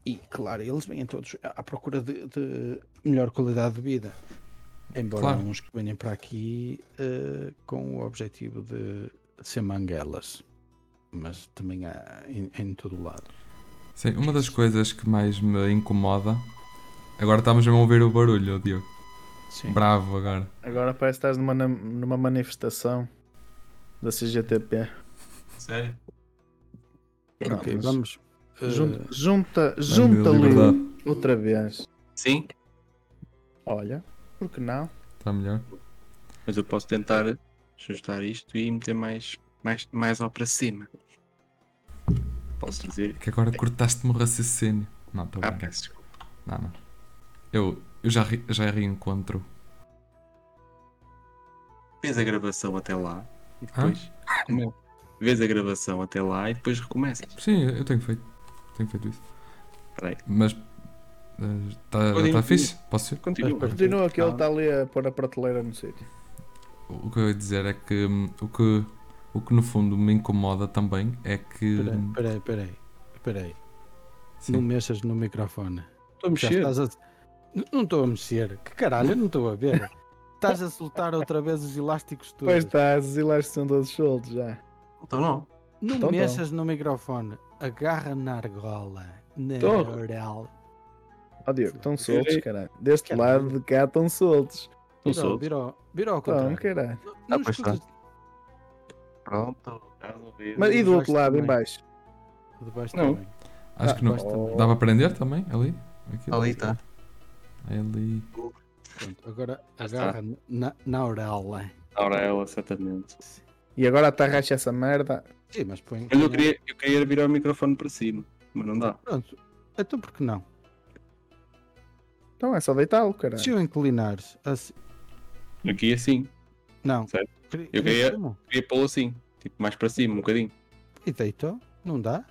e claro, eles vêm todos à à procura de, de melhor qualidade de vida. Embora Claro. há uns que venham para aqui eh, com o objetivo de ser manguelas. Mas também há em, em todo o lado. Sim, uma das coisas que mais me incomoda. Agora estamos mesmo a ouvir o barulho, Diogo. Sim. Bravo agora. Agora parece que estás numa, nam- numa manifestação da CGTP. Sério? ok, Não, mas- vamos. eh, Junta, junta, Dá-me a junta-lhe liberdade. outra vez. Sim, Olha, por que não? Está Tá melhor. mas eu posso tentar ajustar isto e meter mais, mais, mais ao para cima. Posso dizer? Que agora cortaste-me o raciocínio. Não, estou Ah, bem. peço desculpa. Não, não. Eu, eu já, re- já reencontro. Vês a gravação até lá e depois. Como- Vês a gravação até lá e depois recomeças. Sim, eu tenho feito. Tenho feito isso. Espera aí. Mas. Está Podem tá ir. fixe? Posso ir? Continua. Continua que ele Ah. está ali a pôr a prateleira no sítio. O que eu ia dizer é que. hum, O que, o que no fundo me incomoda também é que. Peraí, hum, peraí, peraí. peraí. sim. Não mexas no microfone. Estou a Já mexer. estás a- N- Não estou a mexer. Que caralho, eu não estou a ver. Estás a soltar outra vez os elásticos todos. Pois tá. está, as elas são todos soltos já. Então não. Não Então, mexas no microfone. Agarra na argola. Na Tô. orelha. Ó Diogo, estão Virei. soltos, caralho. Deste Caralho. lado de cá estão soltos. Não Virou, sou. Virou, virou ao Estão, contrário. caralho. Não- Ah, não pois escutas Pronto. resolvido. Mas e do Os outro baixos lado, em também. baixo? de baixo Não. também. Acho Ah, que não. baixo também. Dá para aprender também? Ali? Aqui? Ali está. Ali. Pronto, agora Já está. agarra na, na orelha. Aurela, certamente. E agora atarracha essa merda. Sim, mas põe. Mas eu queria, eu queria virar o microfone para cima, mas não dá. Pronto. Então por que não? Então é só deitá-lo, Tá. caralho. Se eu inclinares assim. Aqui assim. Não. Certo. Queria- Eu queria queria- como? Queria pô-lo assim, tipo mais para cima, um bocadinho. E deitou? Não dá?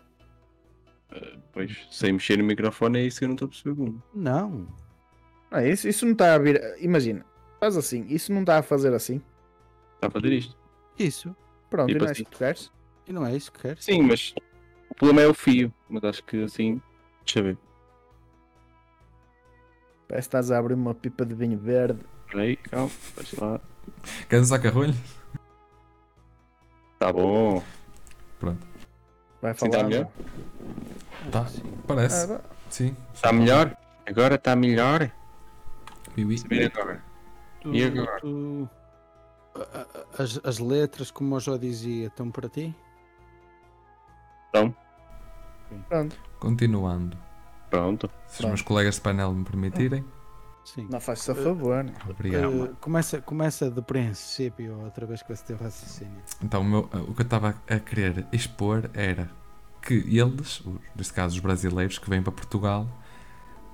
Pois, sem mexer no microfone é isso que eu não estou a perceber como. Não. Não, Ah, isso, isso não está a vir. Imagina, faz assim, isso não está a fazer assim. Está a fazer isto? Isso. Pronto, Tipo e não é assim. isso que tu queres? E não é isso que queres? Sim, mas o problema é o fio. Mas acho que assim, deixa eu ver. Parece que estás a abrir uma pipa de vinho verde. Espera aí, calma, deixa lá. Queres usar carrolho? Tá bom. Vai Sim, está falar. melhor? Tá. Parece. Ah, vá. Sim. Está Tá melhor? Agora está melhor? Oui, oui. Saber agora. Tu- E agora? tu- a- a- As, as letras, como eu já dizia, estão para ti? Pronto. Continuando. Pronto. Se os Pronto. meus colegas de painel me permitirem. Sim. Não faz-se a favor. né? Obrigado. Eh, começa, começa de princípio outra vez com esse teu raciocínio. Então, o, meu- o que eu estava a querer expor era que eles, o- neste caso os brasileiros que vêm para Portugal,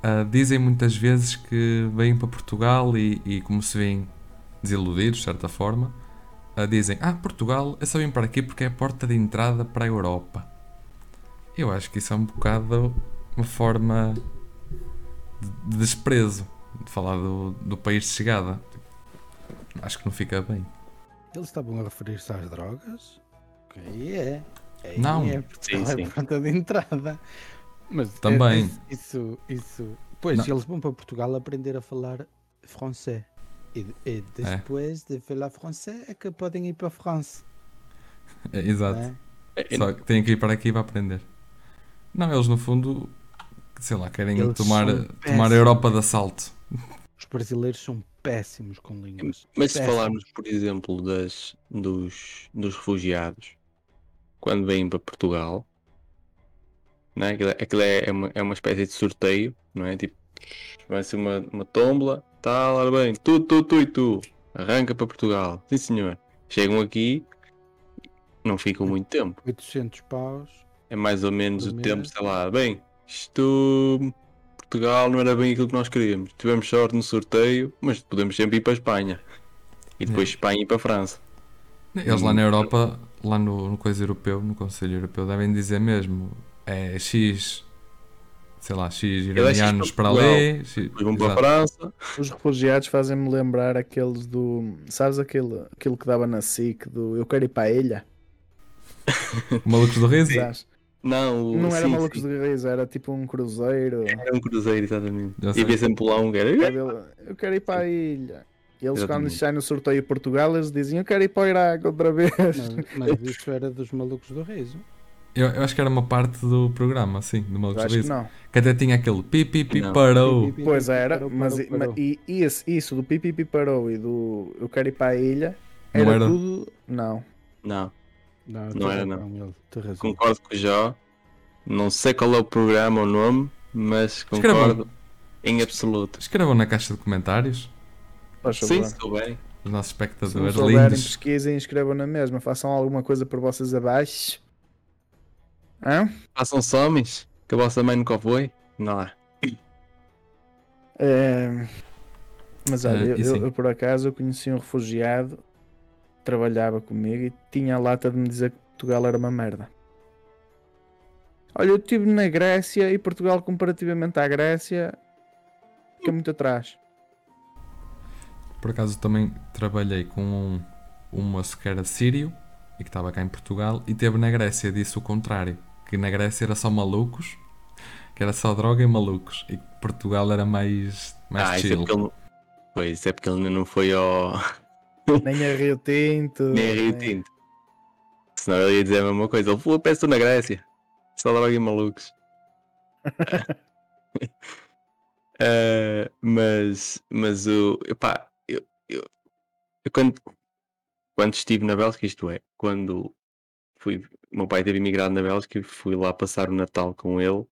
ah, dizem muitas vezes que vêm para Portugal e, e como se veem desiludidos, de certa forma, ah, dizem: Ah, Portugal, eu só vim para aqui porque é a porta de entrada para a Europa. Eu acho que isso é um bocado uma forma de, de desprezo de falar do, do país de chegada. Acho que não fica bem. (laughs) Eles estavam a referir-se às drogas? Que Aí é. Aí Não. É, porque Sim, ela é sim. porta de entrada. Mas é- Também. é- isso, isso. Pois, Não. eles vão para Portugal aprender a falar francês. E, e depois de falar francês é que podem ir para a França. É, exato. né? É, é- Só que têm que ir para aqui para aprender. Não, eles no fundo, sei lá, querem Eles tomar, são tomar péssimos. a Europa de assalto. Os brasileiros são péssimos com línguas. Mas se Péssimo. falarmos, por exemplo, das, dos, dos refugiados, quando vêm para Portugal, não é? Aquilo, é- aquilo é, é uma, é uma espécie de sorteio, não é? Tipo, vai ser uma, uma tombola, tá, ora bem, tu, tu, tu e tu, arranca para Portugal, sim senhor. Chegam aqui, não ficam muito tempo, 800 paus. é mais ou menos o Primeiro. tempo, sei lá, bem, isto. Portugal não era bem aquilo que nós queríamos. Tivemos sorte no sorteio, mas podemos sempre ir para a Espanha. E depois Espanha e para a França. Eles lá na Europa, lá no, no coisa europeu, no Conselho Europeu, devem dizer mesmo, é X, sei lá, X é X iranianos para Portugal. ali, X, Depois vão para a exato. França. Os refugiados fazem-me lembrar aqueles do. Sabes aquele, aquilo que dava na SIC do Eu quero ir para a ilha? malucos do riso. Sabes? Não, o- Não era sim, malucos sim, de riso, era tipo um cruzeiro. Era um cruzeiro, exatamente. Já E sei. havia sempre lá um que era. Cabelo- Eu quero ir para a ilha. E Eles quando Exatamente. saem no sorteio em Portugal, eles dizem eu quero ir para o Iraque outra vez. Mas, mas isso era dos malucos do riso. Eu, eu acho que era uma parte do programa, sim, do Eu malucos do acho que riso. não. Que até tinha aquele pi pi pi Não. parou. Pois era, Parou, mas, parou, mas- parou. e, e esse- isso do pipipi parou e do eu quero ir para a ilha Não era, era? tudo. Não. Não, Não, Não era, não. Ele, te razão. concordo com o Jó. Não sei qual é o programa ou o nome, mas Escrevam. concordo em absoluto. Escrevam na caixa de comentários. Faz Sim, favor. se souberem. Os nossos Se não espectadores souberem, lindos. pesquisem e escrevam na mesma. Façam alguma coisa por vocês abaixo. Hã? Façam somens, que a vossa mãe nunca foi. Não há. É, Mas olha, Ah, É, eu, e eu- sim. eu, por acaso eu conheci um refugiado, trabalhava comigo e tinha a lata de me dizer que Portugal era uma merda. Olha, eu estive na Grécia e Portugal, comparativamente à Grécia, fica muito atrás. Por acaso também trabalhei com um, um moço que era sírio e que estava cá em Portugal e teve na Grécia disse o contrário. Que na Grécia era só malucos, que era só droga e malucos. E que Portugal era mais, mais ah, isso é chill. porque ele. não- Pois, isso é porque ele ainda não foi ao. Nem a Rio Tinto. Nem a Rio Tinto. Senão ele ia dizer a mesma coisa. Ele falou, parece que estou na Grécia. Só logo em malucos. (laughs) Ah, mas, mas o. Epá, eu, eu, eu quando, quando estive na Bélgica, isto é, quando fui. o Meu pai teve imigrado na Bélgica e fui lá passar o Natal com ele.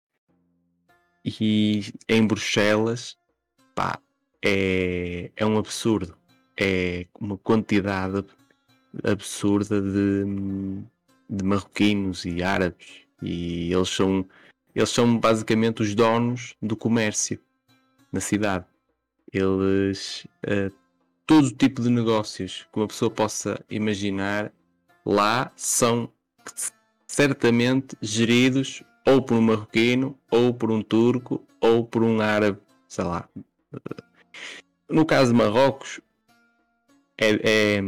E em Bruxelas, pá, é, é um absurdo. É uma quantidade absurda de, de marroquinos e árabes e eles são eles são basicamente os donos do comércio na cidade eles eh, todo o tipo de negócios que uma pessoa possa imaginar lá são certamente geridos ou por um marroquino ou por um turco ou por um árabe sei lá no caso de Marrocos é, é-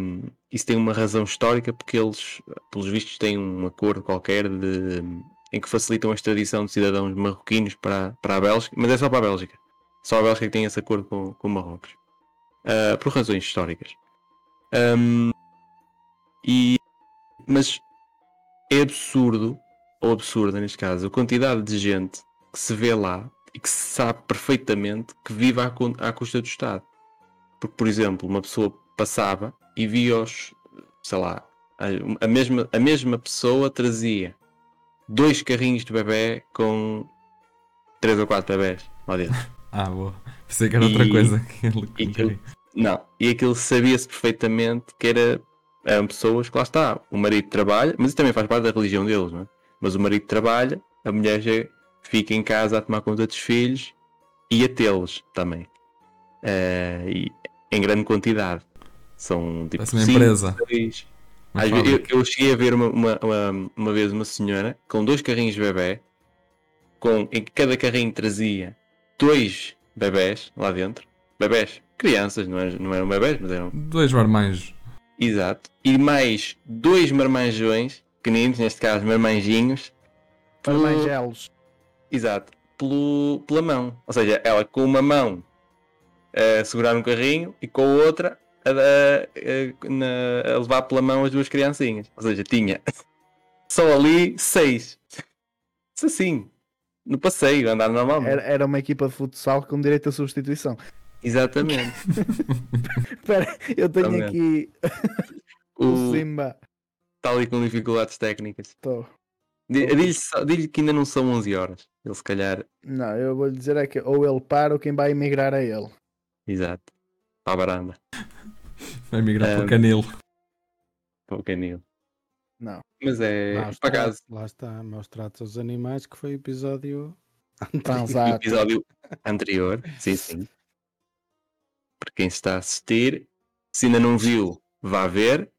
isso tem uma razão histórica porque eles, pelos vistos, têm um acordo qualquer de- em que facilitam a extradição de cidadãos marroquinos para, para a Bélgica, mas é só para a Bélgica. Só a Bélgica que tem esse acordo com, com Marrocos. Ah, por razões históricas. Ahm, e, mas é absurdo, ou absurda neste caso, a quantidade de gente que se vê lá e que se sabe perfeitamente que vive à con- à custa do Estado. Porque, por exemplo, uma pessoa passava e via-os, sei lá, a, a mesma, a mesma pessoa trazia dois carrinhos de bebê com três ou quatro bebés (laughs) lá dentro. Ah, boa. Pensei que era outra E- coisa que ele e que ele- Não, e aquilo sabia-se perfeitamente que era, eram pessoas que lá está, o marido trabalha, mas isso também faz parte da religião deles, não é? Mas o marido trabalha, a mulher já fica em casa a tomar conta dos filhos e a tê-los também. Eh, e em grande quantidade. São tipo Parece uma cinco, empresa. seis, Uma às ve- fábrica. Ah, eu, eu cheguei a ver uma, uma, uma- uma vez uma senhora com dois carrinhos de bebê, com, em que cada carrinho trazia dois bebés lá dentro. Bebés, crianças, não, eram- não eram bebés, mas eram. Dois barmanjos. Exato. E mais dois marmanjões, pequeninos, neste caso marmanjinhos. Para pelo- mais gelos. Exato. Pelo, pela mão. Ou seja, ela com uma mão a segurar no carrinho e com a outra a, da- a- na- a levar pela mão as duas criancinhas. Ou seja, tinha (laughs) só ali seis. Isso assim. No passeio, a andar normalmente. Era, era uma equipa de futsal com direito à substituição. Exatamente. Espera, eu tenho Também. aqui (laughs) o O, Simba. tal e com dificuldades técnicas. Tô. Di- Diz-lhe só- diz-lhe que ainda não são 11 horas. Ele se calhar. Não, eu vou lhe dizer é que ou ele para ou quem vai emigrar é ele. Exato. Para a varanda. Vai migrar para Ah, o Canelo. Para o canil. Não. Mas é. lá, por está, acaso. lá está, maus tratos aos animais, que foi o episódio Ah, no Transato. episódio anterior. Sim, sim. Para quem está a assistir, se ainda não viu, vá ver.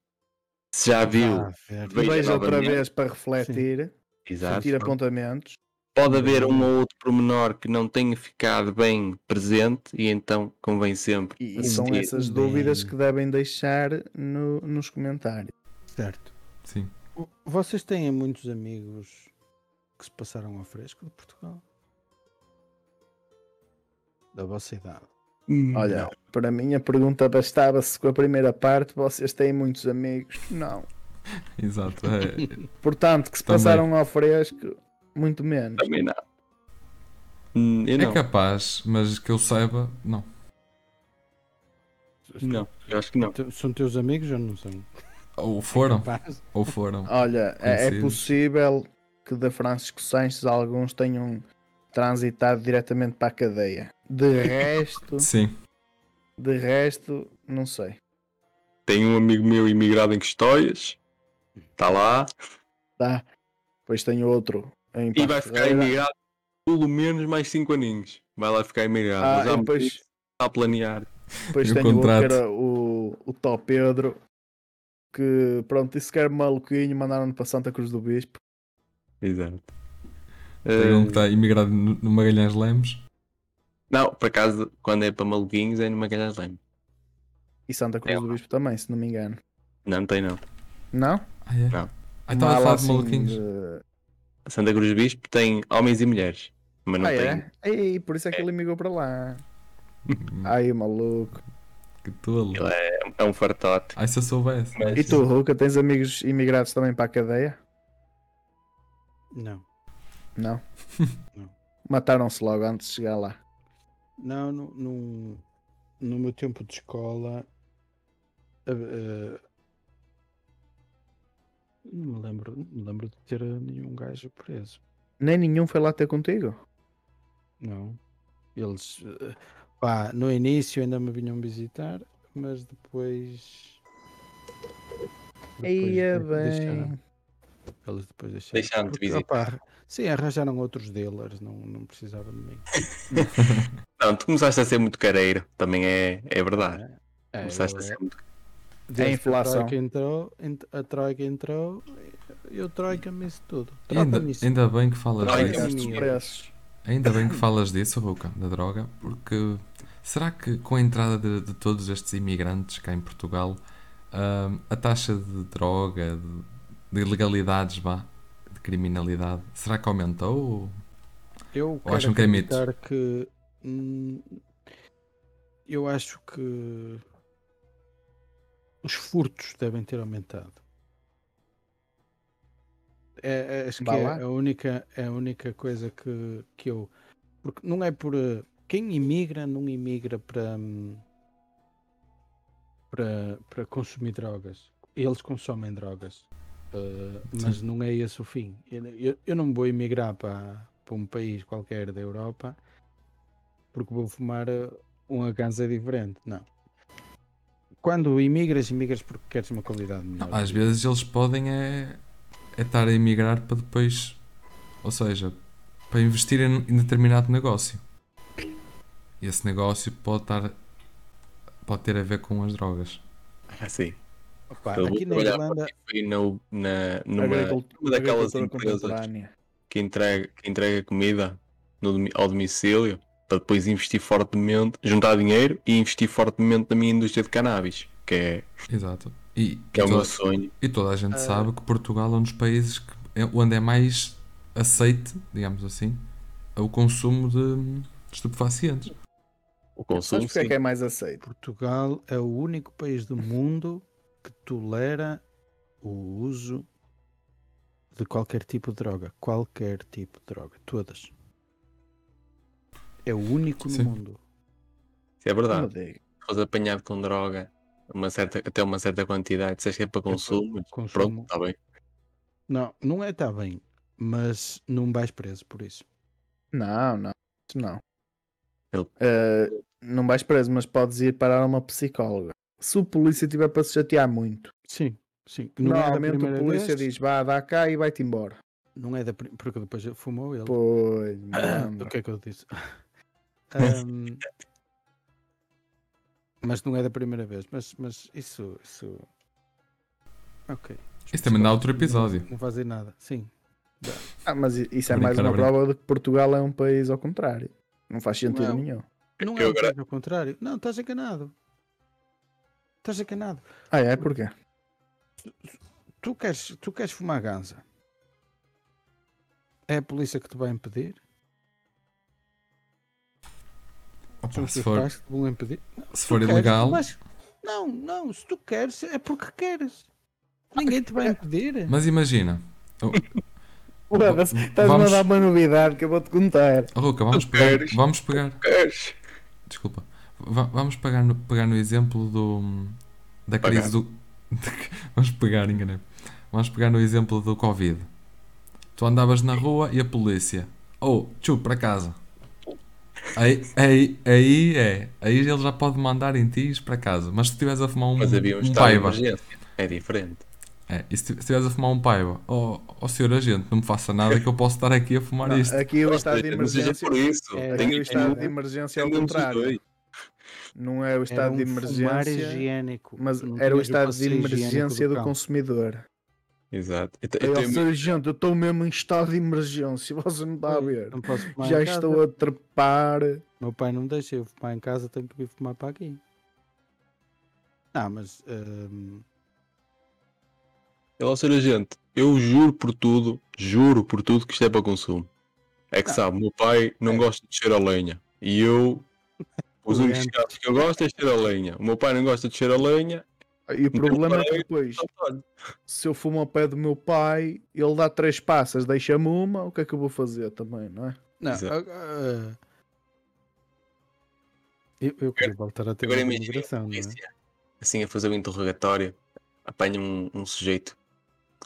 Se já viu, Ah, velho. Veja Veja outra novamente. vez para refletir, exato. sentir apontamentos. Pode haver um ou outro pormenor que não tenha ficado bem presente e então convém sempre. E, e são Assistir. essas Bem. dúvidas que devem deixar no- nos comentários. Certo. Sim. O- Vocês têm muitos amigos que se passaram ao fresco de Portugal? Da vossa idade. Hum, Olha, para mim a pergunta bastava-se com a primeira parte: vocês têm muitos amigos? Não. Exato. É, (laughs) Portanto, que se Também. passaram ao fresco, muito menos. Também não. Hum, Eu é não. capaz, mas que eu saiba, não. não, eu acho que não. Te- São teus amigos ou não são? Ou foram, Capaz? ou foram. Ah, Olha, é, é Conhecidos. possível que da Francisco Sanches alguns tenham transitado diretamente para a cadeia. De resto, Sim. de resto, não sei. Tenho um amigo meu imigrado em Custóias. Está lá. Tá. Depois tenho outro em E vai Passos ficar Ferreira. imigrado pelo menos mais 5 aninhos. Vai lá ficar imigrado. Ah, Mas e há depois- muito a planear. Depois E o tenho outro que contrato? era o, o Tó Pedro, que pronto, disse que era maluquinho, mandaram-no para Santa Cruz do Bispo. Exato. Tem um Eh, que está imigrado no no Magalhães Lemos. Não, por acaso, quando é para maluquinhos é no Magalhães Leme. E Santa Cruz É do Bispo também, se não me engano. Não tem não. Não? Ah, é? Não. Ah, estava a Mala falar de assim maluquinhos. de- Santa Cruz do Bispo tem homens e mulheres. Mas não Ah, tem. é? Ei, por isso é que ele migrou para lá. Hum, Ai, maluco. Que tolo. Ele É um fartote. Ai, se eu soubesse. Mas- E assim. tu, Ruca, tens amigos imigrados também para a cadeia? Não. (laughs) Não. Não. Mataram-se logo antes de chegar lá. Não, no, no, no meu tempo de escola. eh, eh, não me lembro, não me lembro de ter nenhum gajo preso. Nem nenhum foi lá ter contigo. Não. Eles. eh, Pá, no início ainda me vinham visitar, mas depois. depois Ia de- deixaram- bem. Eles depois deixaram. Deixaram-te visitar. opá, sim, arranjaram outros dealers, não, não precisava de mim. Não, tu começaste a ser muito careiro. Também é, é Ah, verdade. É, começaste eu- a ser muito (laughs) desde que É inflação. A troika entrou, ent- a troika entrou e o troika me isso tudo. E ainda, Troca-me isso. ainda bem que falas Droga, disso. é Estes minha. preços. Ainda bem que falas disso, Ruca, da droga, porque será que com a entrada de, de todos estes imigrantes cá em Portugal, hum, a taxa de droga, de, de ilegalidades, vá, de criminalidade, será que aumentou? ou- Eu Ou acham que é mito? acreditar que, hum, eu acho que os furtos devem ter aumentado. É, é- acho que Vá é lá. a única, é a única coisa que, que eu. Porque não é por. eh, Quem imigra, não imigra para. hum, para, para consumir drogas. Eles consomem drogas. Uh, mas não é esse o fim. Eu, eu- eu não vou emigrar para, para um país qualquer da Europa porque vou fumar uh, uma ganza diferente. Não. Quando imigras, imigras porque queres uma qualidade melhor. Às vezes eles podem é, é estar a emigrar para depois, ou seja, para investir em, em determinado negócio. E esse negócio pode estar pode ter a ver com as drogas. assim. Opa, Eu vou aqui na trabalhar Irlanda, Foi no, na, numa, Agricultura, numa daquelas agricultura empresas contemporânea. que entrega, que entrega comida no domi- ao domicílio para depois investir fortemente, juntar dinheiro e investir fortemente na minha indústria de cannabis, que é, Exato. E, que é o e to- meu sonho. e toda a gente Ah. sabe que Portugal é um dos países que- é- onde é mais aceite, digamos assim, o consumo de estupefacientes. O Sabes consumo, porque é sim. que é mais aceito? Portugal é o único país do mundo que tolera o uso de qualquer tipo de droga. Qualquer tipo de droga. Todas. É o único Sim. no mundo. Isso é Não me verdade. diga. Se fores apanhado com droga, uma certa, até uma certa quantidade, disseste que é para para consumo, pronto, Consumo. está bem. Não, não é tá bem, mas não vais preso por isso. Não, não. Isso não. Ele- Eh, não vais preso, mas podes ir parar a uma psicóloga. Se o polícia tiver para se chatear muito, Sim, sim. é normalmente o polícia vez, diz vá, dá cá e vai-te embora. Não é da pri- porque depois fumou ele. (coughs) Pois, Ah, malandro. O que é que eu (laughs) disse? Ahm, mas não é da primeira vez. Mas, mas isso, isso. Ok. Isso também dá outro episódio. Não, não fazem nada. Sim. Ah, mas i- isso é Brincar, mais uma brincar. prova de que Portugal é um país ao contrário. Não faz sentido Não. nenhum. Não é Eu o agora- que é ao contrário. Não, estás enganado. Estás enganado. Ah, é? Porquê? Tu queres, tu queres fumar ganza? É a polícia que te vai impedir? São Opa, os Ah, se teus for, pais que te vão impedir? se tu for queres, ilegal, mas- não, não, se tu queres, é porque queres. Ninguém te É- vai impedir. mas imagina, Foda-se, Estás-me a Vamos- dar uma novidade que eu vou-te contar. Oh, Ruca, vamos pegar, queres? vamos pegar Queres? Desculpa. Va- vamos pegar no, pegar no exemplo do. da Pagar. crise do. (laughs) vamos pegar, enganei. Vamos pegar no exemplo do Covid. Tu andavas na rua e a polícia. Oh, tchu, para casa. Aí, aí, aí é. Aí ele já pode mandar em ti e ires para casa. Mas se estiveres a fumar um, Mas havia um um estado de paiva. emergência. É diferente. É, e se esti- se estiveres a fumar um paiva, ó oh, senhor agente, não me faça nada que eu posso estar aqui a fumar Não, isto. aqui o Ou estado de seja, não seja emergência. por isso. É, Tem Aqui o que estado de é- emergência é ter um ao contrário. Não é o Era estado um de fumar um emergência. higiênico. Mas Não era o tinhas estado de passeio higiênico emergência do cão. consumidor. Exato. Eu, te- eu Eu, tenho- sargento, eu estou mesmo em estado de emergência, (laughs) você não está a ver. Não posso fumar Já em casa. estou a trepar. Meu pai não me deixa eu fumar em casa, tenho que vir fumar para aqui. Não, mas hum, eu, ou seja, gente, eu juro por tudo, juro por tudo que isto é para consumo. É que Não. sabe, meu pai não É. gosta de cheiro a lenha. E eu, os únicos Lento. cheiros que eu gosto é cheiro a lenha. O meu pai não gosta de cheiro a lenha. E o Então, problema é olha, que depois, só pode. se eu fumo ao pé do meu pai, ele dá três passas, deixa-me uma, o que é que eu vou fazer também, não (laughs) é? não, Exato. ah, ah, eu, eu quero voltar a ter Agora uma imagina Uhum. imigração, não é? polícia, assim a fazer o interrogatório, apanha um, um sujeito,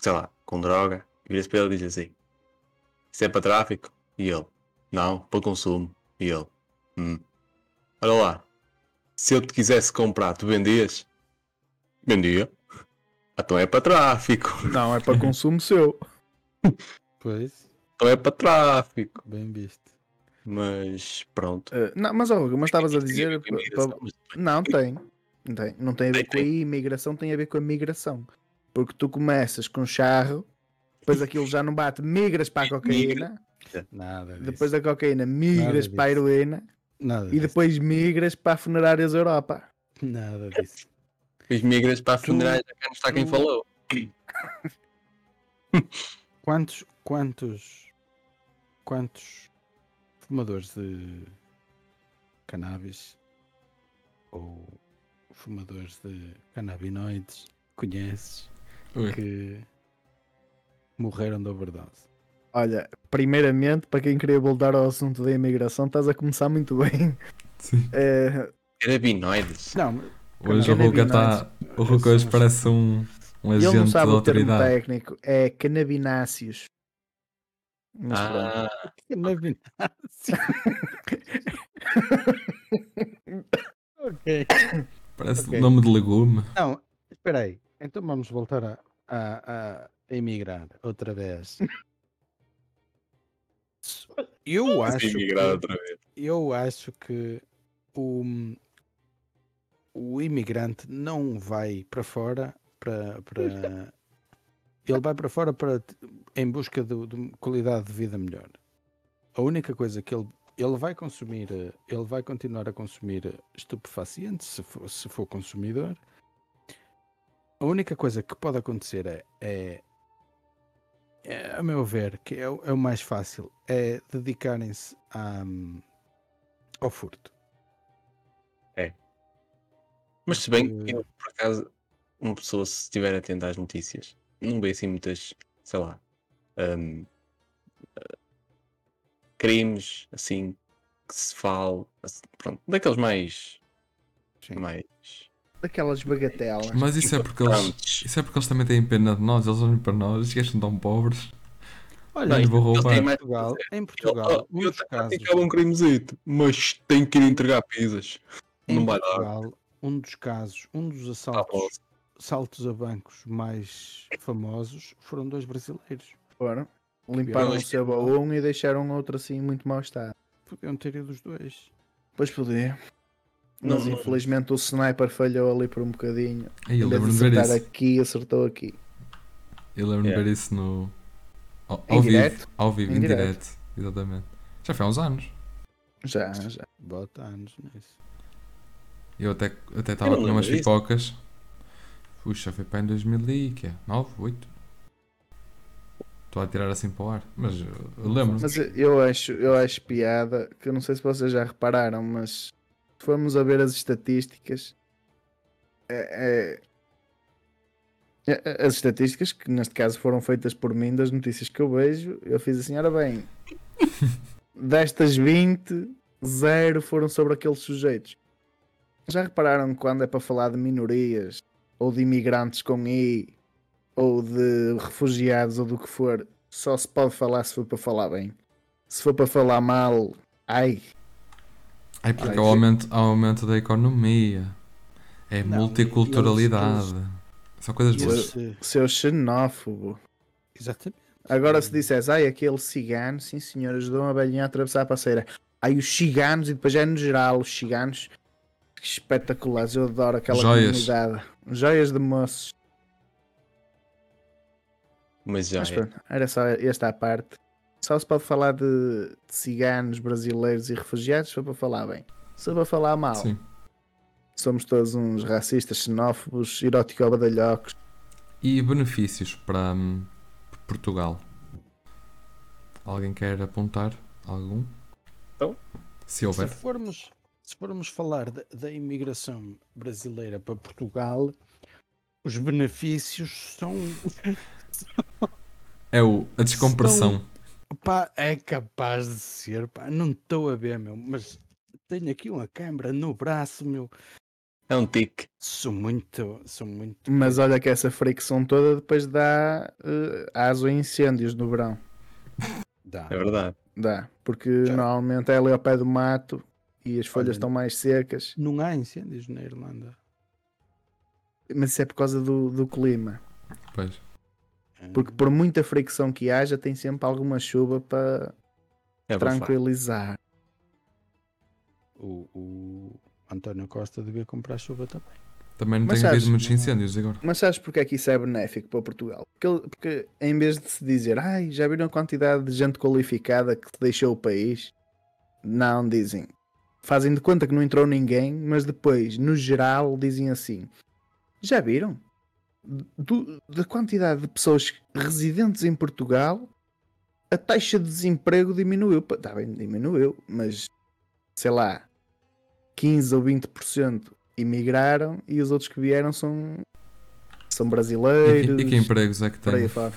sei lá, com droga, e vira-se para ele e diz assim: Isso é para tráfico? E ele: Não, para consumo. E ele: Hum. Olha lá, se eu te quisesse comprar, tu vendias? Vendia. Então é para tráfico. Não, é para consumo seu. Pois, Então é para tráfico. bem visto. Mas pronto. Eh, não, mas, ó, mas estavas a dizer. Tem a ver com pa- imigração, pa- mas Não, tem. Não tem, não tem a ver Tem, com a imigração, tem a ver com a migração. Porque tu começas com charro, depois aquilo já não bate, migras para a cocaína, Nada disso. depois da cocaína migras Nada para a disso. heroína Nada e disso. depois migras para funerárias da Europa. Nada disso. Depois migras para a funerária, já cá não está quem tu- falou. Quantos, quantos, quantos fumadores de cannabis ou fumadores de canabinoides conheces Ui. que morreram de overdose? Olha, primeiramente, para quem queria voltar ao assunto da imigração, estás a começar muito bem. (laughs) Sim. Eh, Carabinoides. Não, Hoje o Ruka está. O Ruka hoje parece um, um ele não agente da sabe o termo autoridade. técnico, é canabináceos. Mas pronto. Ah, é Canabináceos. (laughs) ok. Parece Ok. nome de legume. Não, espera aí. Então vamos voltar a, a, a emigrar outra vez. Eu acho, que- imigrado outra vez. eu acho que o, o imigrante não vai para fora para, para ele vai para fora para em busca do- de, uma qualidade de vida melhor. A única coisa que ele ele vai consumir, eh, ele vai continuar a consumir eh, estupefacientes se for, se for consumidor. A única coisa que pode acontecer é, é, é, a meu ver, que é, o- é o mais fácil, é dedicarem-se à, ao furto. Mas se bem que, Porque- por acaso, uma pessoa se estiver atenta às notícias, não vê assim muitas, sei lá, hum, eh, crimes, assim, que se fale, assim, pronto, daqueles mais, Sim. mais Daquelas bagatelas. Mas isso é porque eles. importantes. Isso é porque eles também têm pena de nós, eles olham para nós e acham tão pobres. Olha, Não lhes em vou Eles têm roubar. mais Portugal, em Eu, Portugal, eu, um eu dos tenho casos, praticado um crimezito, mas tenho que ir entregar pizzas. em não vai dar. Portugal, um dos casos, um dos Tá bom. assaltos, saltos a bancos mais famosos foram dois brasileiros. Foram. Limparam o Pois. seu baú e deixaram outro assim muito mau estado. Podiam ter ido os dois. Pois podia. Não, Mas não. infelizmente o sniper falhou ali por um bocadinho. Aí eu Ainda de lembro-me de ver acertar isso. aqui e acertou aqui. Eu lembro-me de Yeah. ver isso no. Ao, Em ao vivo. direto? Ao vivo, Em em direto. direto. Exatamente. Já foi há uns anos. Já, já. Bota anos nisso. Eu até até estava a não comer umas lembro disso. pipocas. Puxa, foi para em 2009, 8. Estou a tirar assim para o ar. Mas eu eu lembro. Mas eh, eu- eu acho, eu acho piada, que eu não sei se vocês já repararam, mas se formos a ver as estatísticas, é- é- é- é- as estatísticas que neste caso foram feitas por mim, das notícias que eu vejo, eu fiz assim, ora bem, destas 20, zero foram sobre aqueles sujeitos. Já repararam que quando é para falar de minorias, ou de imigrantes com I, ou de refugiados, ou do que for, só se pode falar se for para falar bem. Se for para falar mal, ai, Ai, É porque Ah, há o isso- aumento, há o aumento da economia, é Não, multiculturalidade, são coisas boas. Isso- é- Seu xenófobo. Exatamente. Agora se dissesse, ai, aquele cigano, sim senhor, ajudou uma velhinha a atravessar a passeira. Ai, os ciganos, e depois já no geral, os ciganos, que espetaculares, eu adoro aquela Joias. comunidade. Joias de moços. Mas já Mas é. pronto, era só esta a parte. Só se pode falar de, de ciganos, brasileiros e refugiados, se for para falar bem. Se for para falar mal, Sim. somos todos uns racistas, xenófobos, erótico-badalhocos. E benefícios para hum, Portugal? Alguém quer apontar algum? Então? Se Se houver. formos, se formos falar da, da imigração brasileira para Portugal, os benefícios são. É o, a descompressão. Pá, é capaz de ser, pá, não estou a ver, meu, mas tenho aqui uma câmara no braço, meu. É um tique. Sou muito, sou muito. Mas olha que essa fricção toda depois dá eh, aso a incêndios no verão. Dá. É verdade. Dá, porque Já. normalmente ela é ao pé do mato e as folhas Olha, estão mais secas, Não há incêndios na Irlanda. mas isso é por causa do, do clima. Pois. Porque por muita fricção que haja, tem sempre alguma chuva para É Tranquilo. tranquilizar. Ah, O, o António Costa devia comprar chuva também. Também não Mas tem havido sabes- muitos incêndios agora. Mas sabes porque é que isso é benéfico para Portugal? Porque, ele- porque em vez de se dizer, ai, já viram a quantidade de gente qualificada que deixou o país? Não, dizem. Fazem de conta que não entrou ninguém, mas depois, no geral, dizem assim: já viram? Do- da quantidade de pessoas residentes em Portugal, a taxa de desemprego diminuiu. Está bem, diminuiu, mas sei lá, 15 ou 20% emigraram e os outros que vieram são, são E brasileiros. que, e que empregos é que Por aí tem? fora.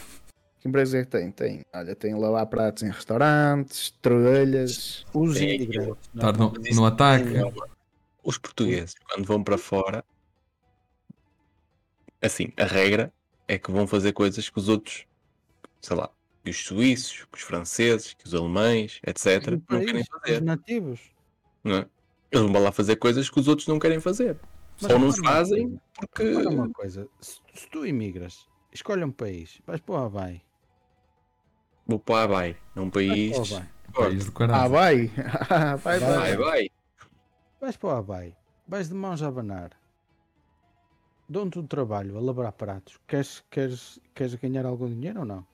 Que empresa é que tem? Tem, olha, tem lavar pratos em restaurantes, trolhas. Os É imigrantes. não Estar no, vão- no ataque. Os portugueses, quando vão para fora, assim, a regra é que vão fazer coisas que os outros, sei lá, que os suíços, que os franceses, que os alemães, etc., do não país, querem Os fazer. nativos. Não é? Eles vão lá fazer coisas que os outros não querem fazer. Só não repara uma fazem coisa, porque. repara uma coisa. Se, se tu imigras, escolhe um país, vais para o Havaí. Vou para Havaí. É um Vais país. para o Havaí. País do Ah, caralho. vai! (laughs) Ah, vai, vai! Vai, vai. Vais para o Havaí. Vais de mãos a abanar. Dão-te um trabalho a labrar pratos. Queres, queres, queres ganhar algum dinheiro ou não?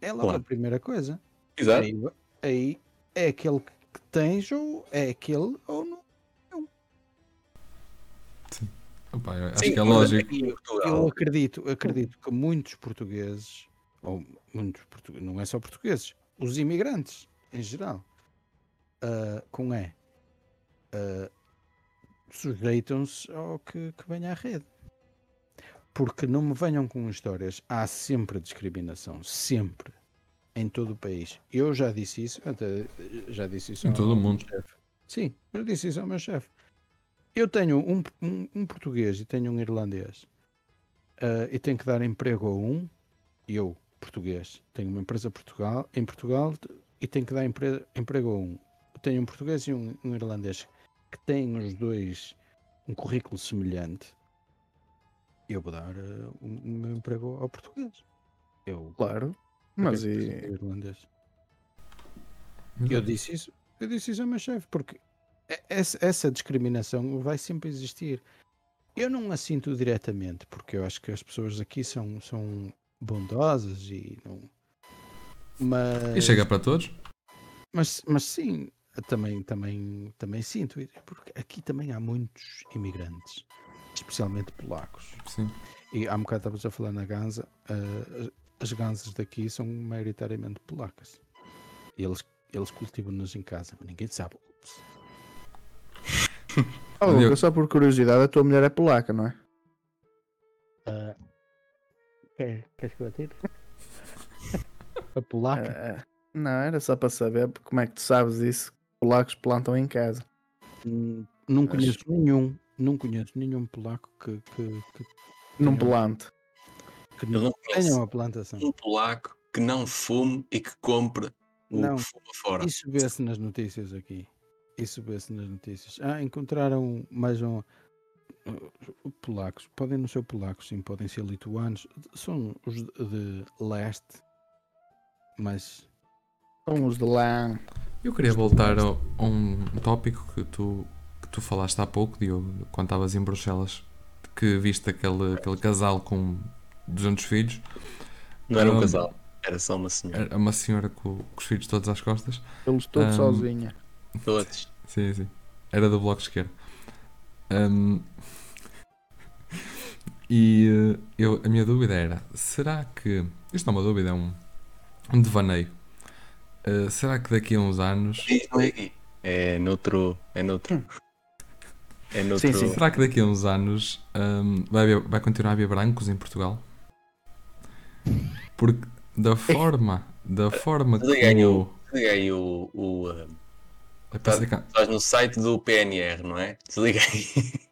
É logo Claro. É. a primeira coisa. Exato. Aí, aí é aquele que tens ou é aquele ou não. Opa, eu acho Sim, que é mas lógico. aqui em Eu Portugal, acredito, acredito que muitos portugueses, ou muitos portu- não é só portugueses, os imigrantes em geral, ah, com E, ah, sujeitam-se ao que, que venha à rede. Porque não me venham com histórias, há sempre discriminação, sempre, em todo o país. Eu já disse isso, até eh, já disse isso Em ao- todo o ao mundo. meu chefe. Sim, eu disse isso ao meu chefe. Eu tenho um, um- um português e tenho um irlandês. Ah, e tenho que dar emprego a um, e eu, português, tenho uma empresa Portugal, em Portugal e tenho que dar empre- emprego a um. Tenho um português e um, um irlandês que têm os dois um currículo semelhante. Eu vou dar ah, o o meu emprego ao português. Eu, Claro. Mas porque é que e- preciso do irlandês. Eu Exato. disse isso, eu disse isso ao meu chefe, porque e- essa, essa discriminação vai sempre existir. Eu não a sinto diretamente, porque eu acho que as pessoas aqui são, são bondosas e não. Mas, E chega para todos? mas, mas sim, eu também, também, também sinto, isso, porque aqui também há muitos imigrantes, especialmente polacos. Sim. E há um bocado estavas a falar na Ganza, ah, as ganzas daqui são maioritariamente polacas. E Eles, eles cultivam-nos em casa, mas ninguém sabe. Ups. Oh, Mas eu- Luca, só por curiosidade, a tua mulher é polaca, não é? Ah, queres que eu Ah, atire? (laughs) a polaca? É, é. Não, era só para saber como é que tu sabes isso. que Polacos plantam em casa. Hum, Não conheço nenhum, não conheço nenhum polaco que, que, que, Num Sim. plante. que eu não não tenha conheço uma plantação. um polaco que não fume e que compre o Não. que fuma fora. Isso vê-se nas notícias aqui. Isso vê-se nas notícias. Ah, encontraram mais um. uh, Polacos. Podem não ser polacos, sim, podem ser lituanos. São os de de leste. Mas. São os de lá. Eu queria voltar a um tópico que tu, que tu falaste há pouco, Diogo, quando estavas em Bruxelas, que viste aquele, aquele casal com 200 filhos, Não era um Ah. casal, era só uma senhora. era uma senhora com, com os filhos todos às costas. Eles todos Ahm. sozinha. Todos. Sim, sim. Era do bloco esquerdo. Ahm, e eh, eu, a minha dúvida era: será que. Isto não é uma dúvida, é um, um devaneio. Eh, será que daqui a uns anos. Isso não é aqui. É noutro. É noutro. É Sim, noutro. sim. Será que daqui a uns anos ahm, vai, haver- vai continuar a haver brancos em Portugal? Porque (laughs) da forma. Da forma Mas aí que. ganhou. o- Liga aí o. o ah, Eu pensei É, que- estás no site do PNR, não é? Desliga aí. (laughs)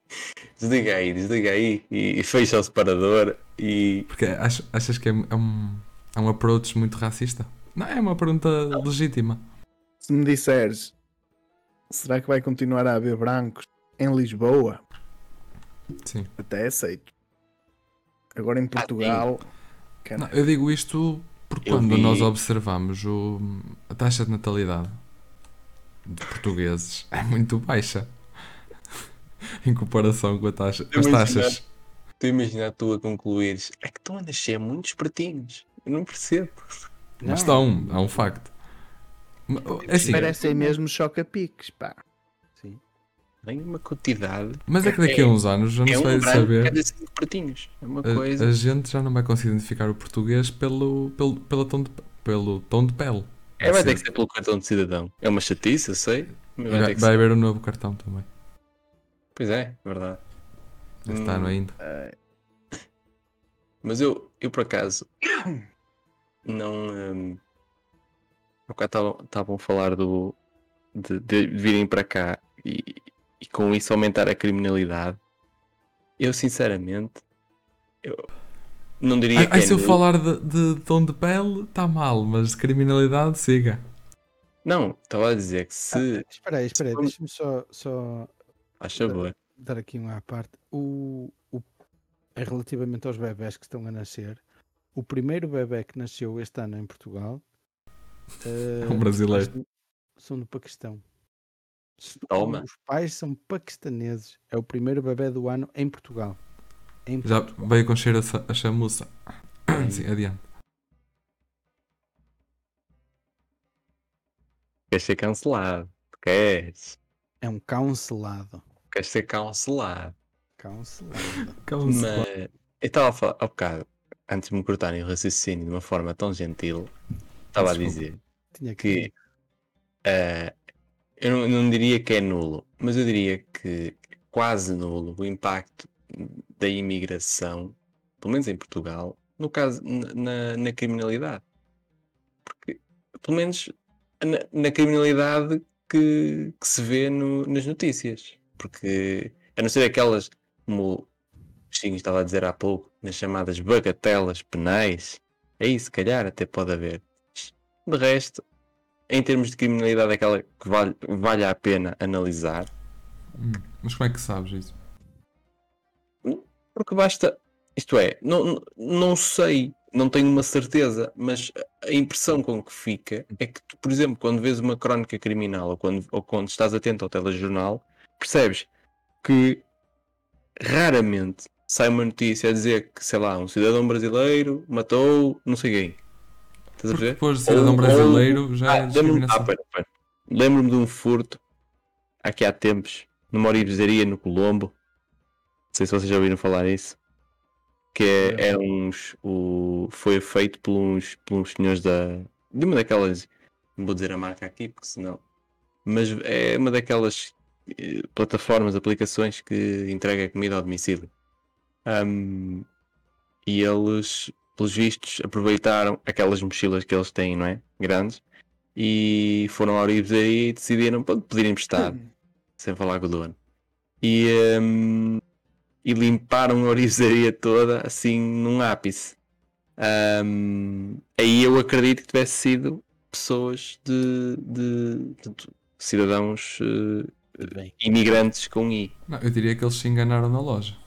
Desliga aí, desliga aí e, e fecha o separador e. Porque ach- achas que é, um- é um, é um approach muito racista? Não, é uma pergunta legítima. Se me disseres, será que vai continuar a haver brancos em Lisboa? Sim. Até aceito. Agora em Portugal. cara, Não, eu digo isto porque É. Eu quando vi- nós observamos o- a taxa de natalidade de portugueses é muito baixa (laughs) em comparação com a taxa, Eu as vou taxas. Tu imagina tu a concluires. É que estão a nascer muitos pretinhos. Eu não percebo. Mas Não, estão, é um facto. Mas, é assim, Parecem mesmo choca-piques, pá. Sim. Tem uma quantidade. mas é que daqui a uns anos já não é se vai um branco saber. cada cinco pretinhos. É uma A, coisa. a gente já não vai conseguir identificar o português pelo, pelo, pelo, tom, de, pelo tom de pele. É, vai ter que ser pelo cartão de cidadão. É uma chatice, eu sei. Mas vai Vai, ter que vai ser. haver um novo cartão também. Pois é, verdade. Este Hum. ano ainda. Mas eu, eu por acaso não. Um, há bocado estavam a falar do, de, de virem para cá e, e com isso aumentar a criminalidade. Eu sinceramente eu não diria Ai, que ai, é se eu nulo. falar de, de tom de pele, está mal, mas de criminalidade, siga. Não, estava a dizer que se. Ah, Espera aí, espera aí. Vamos- Deixa-me só, só Faz favor. dar aqui uma à parte. O, o, é relativamente aos bebés que estão a nascer, o primeiro bebé que nasceu este ano em Portugal (laughs) eh, um brasileiro. são- São do Paquistão. S- Toma. Os pais são paquistaneses. É o primeiro bebé do ano em Portugal. Em Já Portugal. veio com cheiro a, cha- a chamuça. Hum. Sim, adiante. Queres ser cancelado. Queres. É um cancelado. Queres ser cancelado. (laughs) Cancelado. Calma-se. Mas eu estava a falar há bocado, antes de me cortarem o raciocínio de uma forma tão gentil, estava a Desculpa. dizer. Tinha que. que eh, eu não, não diria que é nulo, mas eu diria que é quase nulo o impacto da imigração, pelo menos em Portugal, no caso n- na, na criminalidade. Porque, pelo menos na, na criminalidade que, que se vê no- nas notícias. Porque a não ser aquelas, como o Chinho estava a dizer há pouco, nas chamadas bagatelas penais, aí se calhar até pode haver. De resto, em termos de criminalidade, é aquela que vale, vale a pena analisar, Hum, Mas como é que sabes isso? porque basta, isto é, não, não- não sei, não tenho uma certeza, mas a impressão com que fica é que tu, por exemplo, quando vês uma crónica criminal ou quando, ou quando estás atento ao telejornal, percebes que raramente sai uma notícia a dizer que, sei lá, um cidadão brasileiro matou não sei quem. Estás a Porque ver? depois de cidadão Ou- brasileiro já é Ah, lembro-me ah, discriminação. pera, pera. Lembro-me de um furto aqui há tempos, numa orivesaria no Colombo. Não sei se vocês já ouviram falar isso. Que é, é uns. O, foi feito por uns, por uns senhores da. De uma daquelas. Não vou dizer a marca aqui, porque senão. Mas é uma daquelas eh, plataformas, aplicações que entrega comida ao domicílio. Ahm, e eles, pelos vistos, aproveitaram aquelas mochilas que eles têm, não é? Grandes e foram ao Orives aí e decidiram pronto, pedir emprestado, sem falar com o dono. E, hum, e limparam a orivesaria toda assim num ápice. Hum, aí eu acredito que tivesse sido pessoas de, de, de- cidadãos eh, Tudo bem. imigrantes com I. Não, eu diria que eles se enganaram na loja.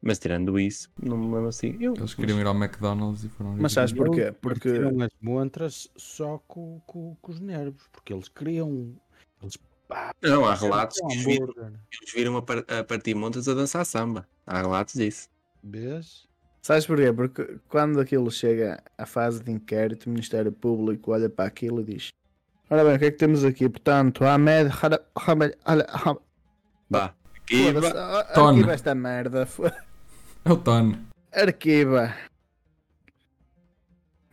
Mas tirando isso, não me lembro assim. Eu, Eles queriam ir ao McDonald's e foram. Mas sabes Eles porquê? Porque Partiram as montras só com, com- com os nervos, porque eles queriam. Eles pá, Não, há fizeram relatos até um que os vi- hambúrguer. eles viram a, par- a partir montes a dançar samba. Há relatos disso. Vês? Sabes porquê? Porque quando aquilo chega à fase de inquérito, o Ministério Público olha para aquilo e diz: Ora bem, o que é que temos aqui? Portanto, Ahmed Hara- Ahmed- Ala- Ah- Bah, aqui, Foda-se, bah, ah, Tone. Arquiva esta merda. fo- É o Tony. Arquiva.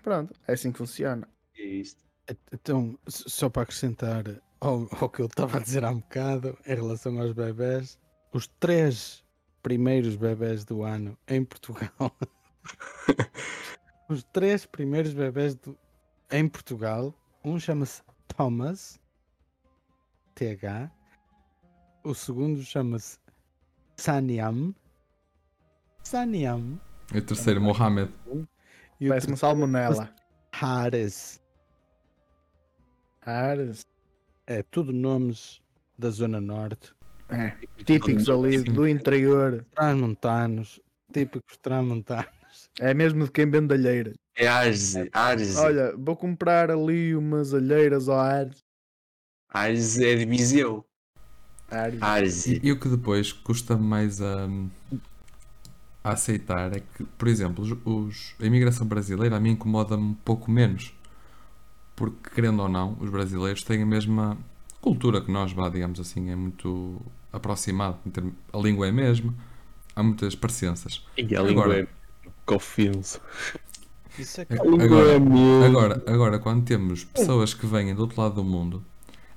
Pronto, é assim que funciona. é isto. Então, s- só para acrescentar ao, ao que eu estava a dizer há um bocado, em relação aos bebés, os três primeiros bebés do ano em Portugal, os três primeiros bebés do- em Portugal, um chama-se Thomas, TH, o segundo chama-se Saniam, Saniam, E é o terceiro, Mohamed. e o Parece-me salmonela. Hares. Ares. É tudo nomes da Zona Norte. É, típicos ali do interior. Tramontanos, típicos tramontanos. É mesmo de quem vende alheiras. É Arze, Arze. Olha, vou comprar ali umas alheiras ao Ares. Arze é de Viseu. Ares. Ah, Arze. E o que depois custa mais a, a aceitar é que, por exemplo, os, os- a imigração brasileira a mim incomoda-me um pouco menos. Porque, querendo ou não, os brasileiros têm a mesma cultura que nós, vá, digamos assim, é muito aproximado. em termo- A língua é a mesma, há muitas parecenças. E a Agora. língua é. Que ofenso. Isso é que Agora, mesmo. agora, agora, quando temos pessoas que vêm do outro lado do mundo,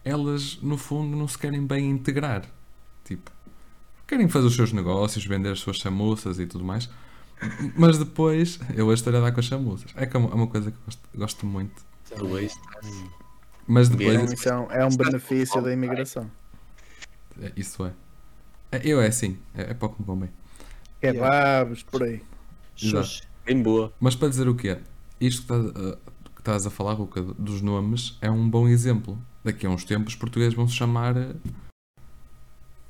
elas, no fundo, não se querem bem integrar. Tipo, querem fazer os seus negócios, vender as suas chamuças e tudo mais. Mas depois, eu hoje estarei a dar com as chamuças. É que é uma é uma coisa que eu gosto, gosto muito. Tu és- Mas Então, depois, isso é um, é um benefício da imigração. é, isso é. É, Eu é assim, é, é para o que me convém. Kebabs, por aí. Exato. Bem boa. Mas para dizer o que é, isto que estás, a- que estás a falar, Ruca, dos nomes, é um bom exemplo. Daqui a uns tempos, os portugueses vão se chamar, eh,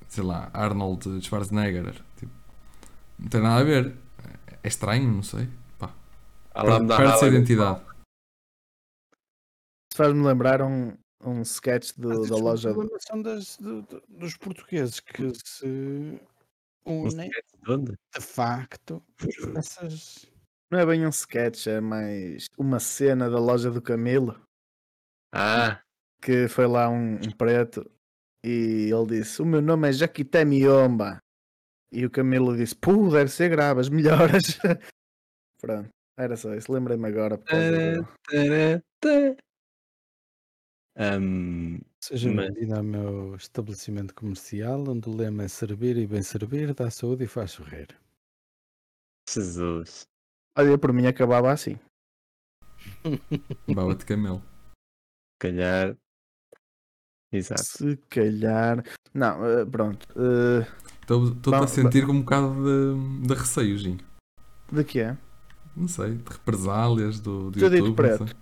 sei lá, Arnold Schwarzenegger. Tipo, não tem nada a ver. É estranho, não sei. Perde Alam da perde-se a Hala. identidade. Isso faz-me lembrar um, um sketch do- Mas da os loja. do- problemas são das- do- do- dos portugueses que se Não unem sei de onde. de facto essas Não é bem um sketch, é mais uma cena da loja do Camilo. Ah, Que foi lá um, um preto e ele disse: O meu nome é Jaquité Miomba. E o Camilo disse: Pô, deve ser grave, as melhoras. (laughs) Pronto, era só isso. Lembrei-me agora. Por causa do- Taratá. Ahm, seja Mas- bem-vindo ao meu estabelecimento comercial onde o lema é servir e bem servir dá saúde e faz sorrir Jesus. Olha, eu por mim acabava assim. Baba de camelo. Se calhar. Exato. Se calhar. Não, eh, pronto. eh, Estou- Estou-te Bom, a sentir com um bocado de, de receio, Ginho. de que é? Não sei, de represálias do, do Tudo dito YouTube. preto. Não, sei.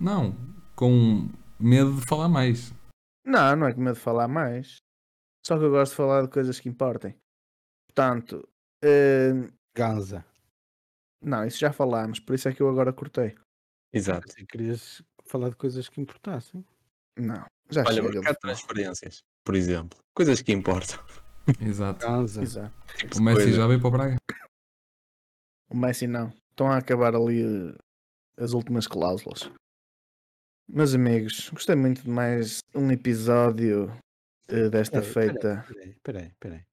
não, com medo de falar mais. (laughs) Não, não é com medo de falar mais. Só que eu gosto de falar de coisas que importem. Portanto, eh, Ganza não, isso já falámos, por isso é que eu agora cortei. Exato. se querias falar de coisas que importassem Não, já Olha, chega. mercado de transferências, por exemplo. Coisas (laughs) que importam. Exato. Ganza Exato. Tipo O Messi coisa. já veio para o Braga. O Messi não. Estão a acabar ali eh, as últimas cláusulas. Meus amigos, gostei muito de mais um episódio eh, É, desta feita. peraí peraí, peraí.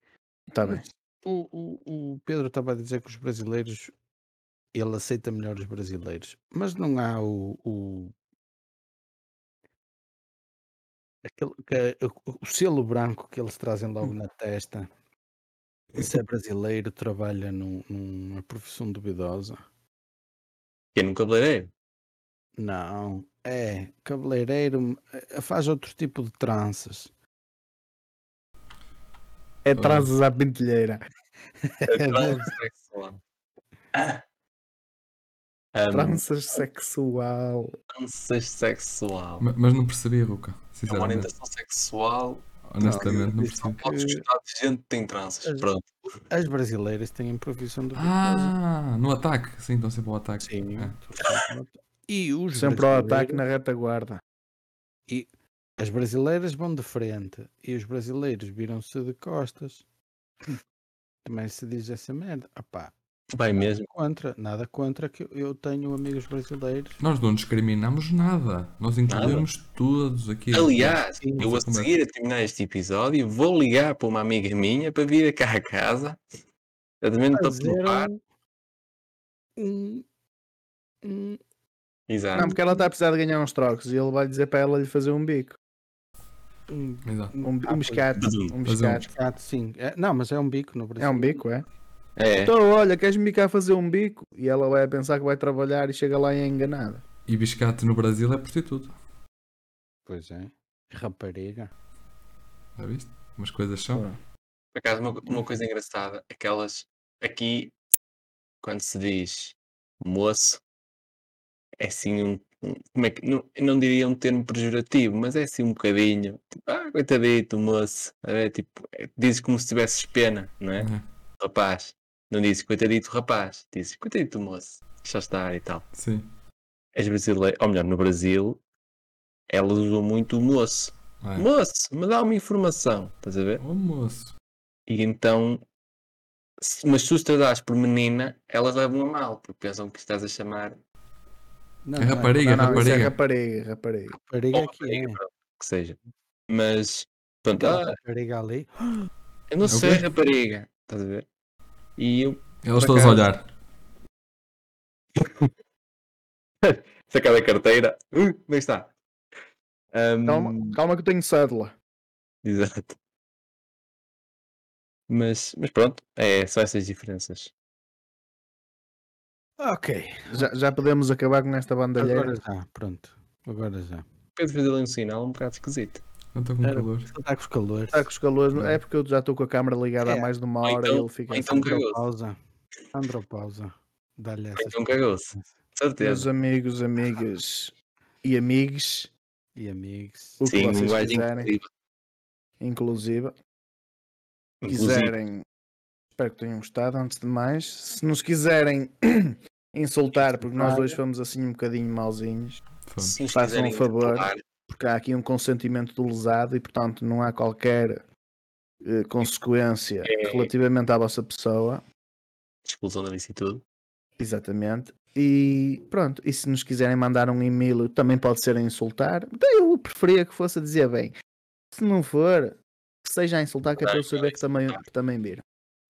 Está bem. O, o- o Pedro estava a dizer que os brasileiros ele aceita melhor os brasileiros, mas não há o, o- aquele que- o, o selo branco que eles trazem Hum. logo na testa. Se é brasileiro, trabalha num- numa profissão duvidosa. Que é no cabeleireiro. Não, é cabeleireiro, eh, faz outro tipo de tranças. É trazes à pentelheira. É transexual. Ah. Ahm, Tranças sexual. tranças sexual. Ma- Mas não percebi, Ruka. É uma Sinceramente. orientação sexual. Honestamente, não Isso percebi. Podes que gostar de gente que tem tranças. As- Pronto. As brasileiras têm improvisação de virtuosa. Ah, no ataque. Sim, estão sempre ao ataque. Sim. É. E os Ah. Sempre ao ataque brasileiros- na retaguarda. As brasileiras vão de frente e os brasileiros viram-se de costas. (laughs) Também se diz essa merda. Opá, Vai mesmo. contra, nada contra que eu- eu tenho amigos brasileiros. Nós não discriminamos nada. Nós incluímos todos aqui. Aliás, Sim, eu a sim, seguir a terminar este episódio vou ligar para uma amiga minha para vir cá a casa. Exatamente para provar. Fazeram um, um, Exato. Não, porque ela está a precisar de ganhar uns trocos e ele vai dizer para ela lhe fazer um bico. um, Exato. Um, Ah, um pois, biscate. Um biscate. Exato, sim. É- não, mas é um bico no Brasil. É um bico, é? É. Então, olha, queres-me bicar a fazer um bico? E ela vai a pensar que vai trabalhar e chega lá e é enganada. E biscate no Brasil é prostituta. Pois é. Rapariga. Já viste? Umas coisas são. Por acaso, uma, co- uma coisa engraçada, aquelas aqui, quando se diz moço, é assim um. um- Como é que, não, eu não diria um termo pejorativo, mas é assim um bocadinho. Tipo, ah, coitadito, moço. É, tipo, é- dizes como se tivesses pena, não é? É, Rapaz. Não dizes coitadito, rapaz. Dizes coitadito, moço. Deixa estar e tal. Sim. As brasileiras, ou melhor, no Brasil, elas usam muito o moço. É. Moço, me dá uma informação. Estás a ver? Ô moço. E então, se- mas se os tratares por menina, elas levam a mal, porque pensam que estás a chamar Não, É não, rapariga, Não, não, isso é rapariga. rapariga, rapariga. Rapariga Ou aqui é. rapariga, pronto, que seja. Mas, pronto, Aquela ah, rapariga ali. eu não É o sei, quê? rapariga, estás a ver? E eu, é Elas Por todas a acaso. olhar. sacar a carteira, uh, como é que está? Ahm, Calma, calma que eu tenho cédula. (laughs) Exato. Mas, mas pronto, é, são essas diferenças. Ok. Já, já podemos acabar com esta Agora bandalheira. já, pronto. Agora já. Pedro fez ali um sinal um bocado esquisito. Eu estou com Era- calor. Está com os calores. Está com os calores. não- É porque eu já estou com a câmera ligada É. há mais de uma Ou hora e então- ele fica ou assim. então- Andropausa. Andropausa. Dá-lhe essas Então cagou-se, de Meus certeza. amigos, amigas e amigos, E amigos. o que Sim, vocês linguagem quiserem, inclusiva. inclusive, Inclusiva. quiserem. Espero que tenham gostado, antes de mais. Se nos quiserem (clears throat) insultar, porque nós dois fomos assim um bocadinho mauzinhos, Fomos. Se nos Façam um quiserem favor. falar, porque há aqui um consentimento do lesado e, portanto, não há qualquer eh, consequência É. relativamente à vossa pessoa. Exclusão da licitude. Exatamente. E pronto, e se nos quiserem mandar um e-mail, também pode ser a insultar. Então, Eu preferia que fosse a dizer bem. Se não for, que seja a insultar, que é para eu Claro, saber que também, insultar. que também viram.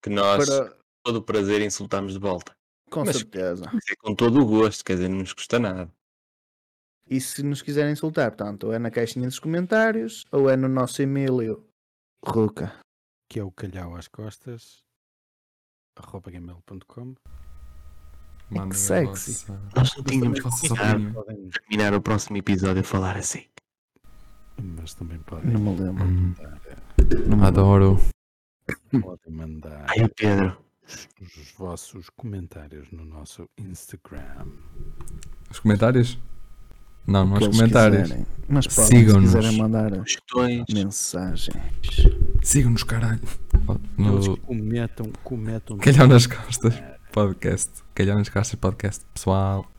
Que nós, Para- todo o prazer, insultamos de volta. Com Mas- certeza. Mas é com todo o gosto, quer dizer, não nos custa nada. E se nos quiserem insultar, portanto, ou é na caixinha dos comentários, ou é no nosso e-mail. Ruca. que é o calhau às costas arroba gmail.com Mandem a sexy. vossa- Nós não tínhamos a vossa combinado opinião. podem terminar o próximo episódio a falar assim. mas também podem Não me lembro. Hum, Não me lembro. Adoro. podem mandar Ai, o Pedro. os vossos comentários no nosso Instagram Os comentários? Não, não é que os eles comentários. quiserem. Mas podem, Sigam-nos. se quiserem mandar Questões. mensagem. Sigam-nos, caralho. eles No cometam cometam Calhau nas Costas Podcast. Calhau nas Costas Podcast, pessoal.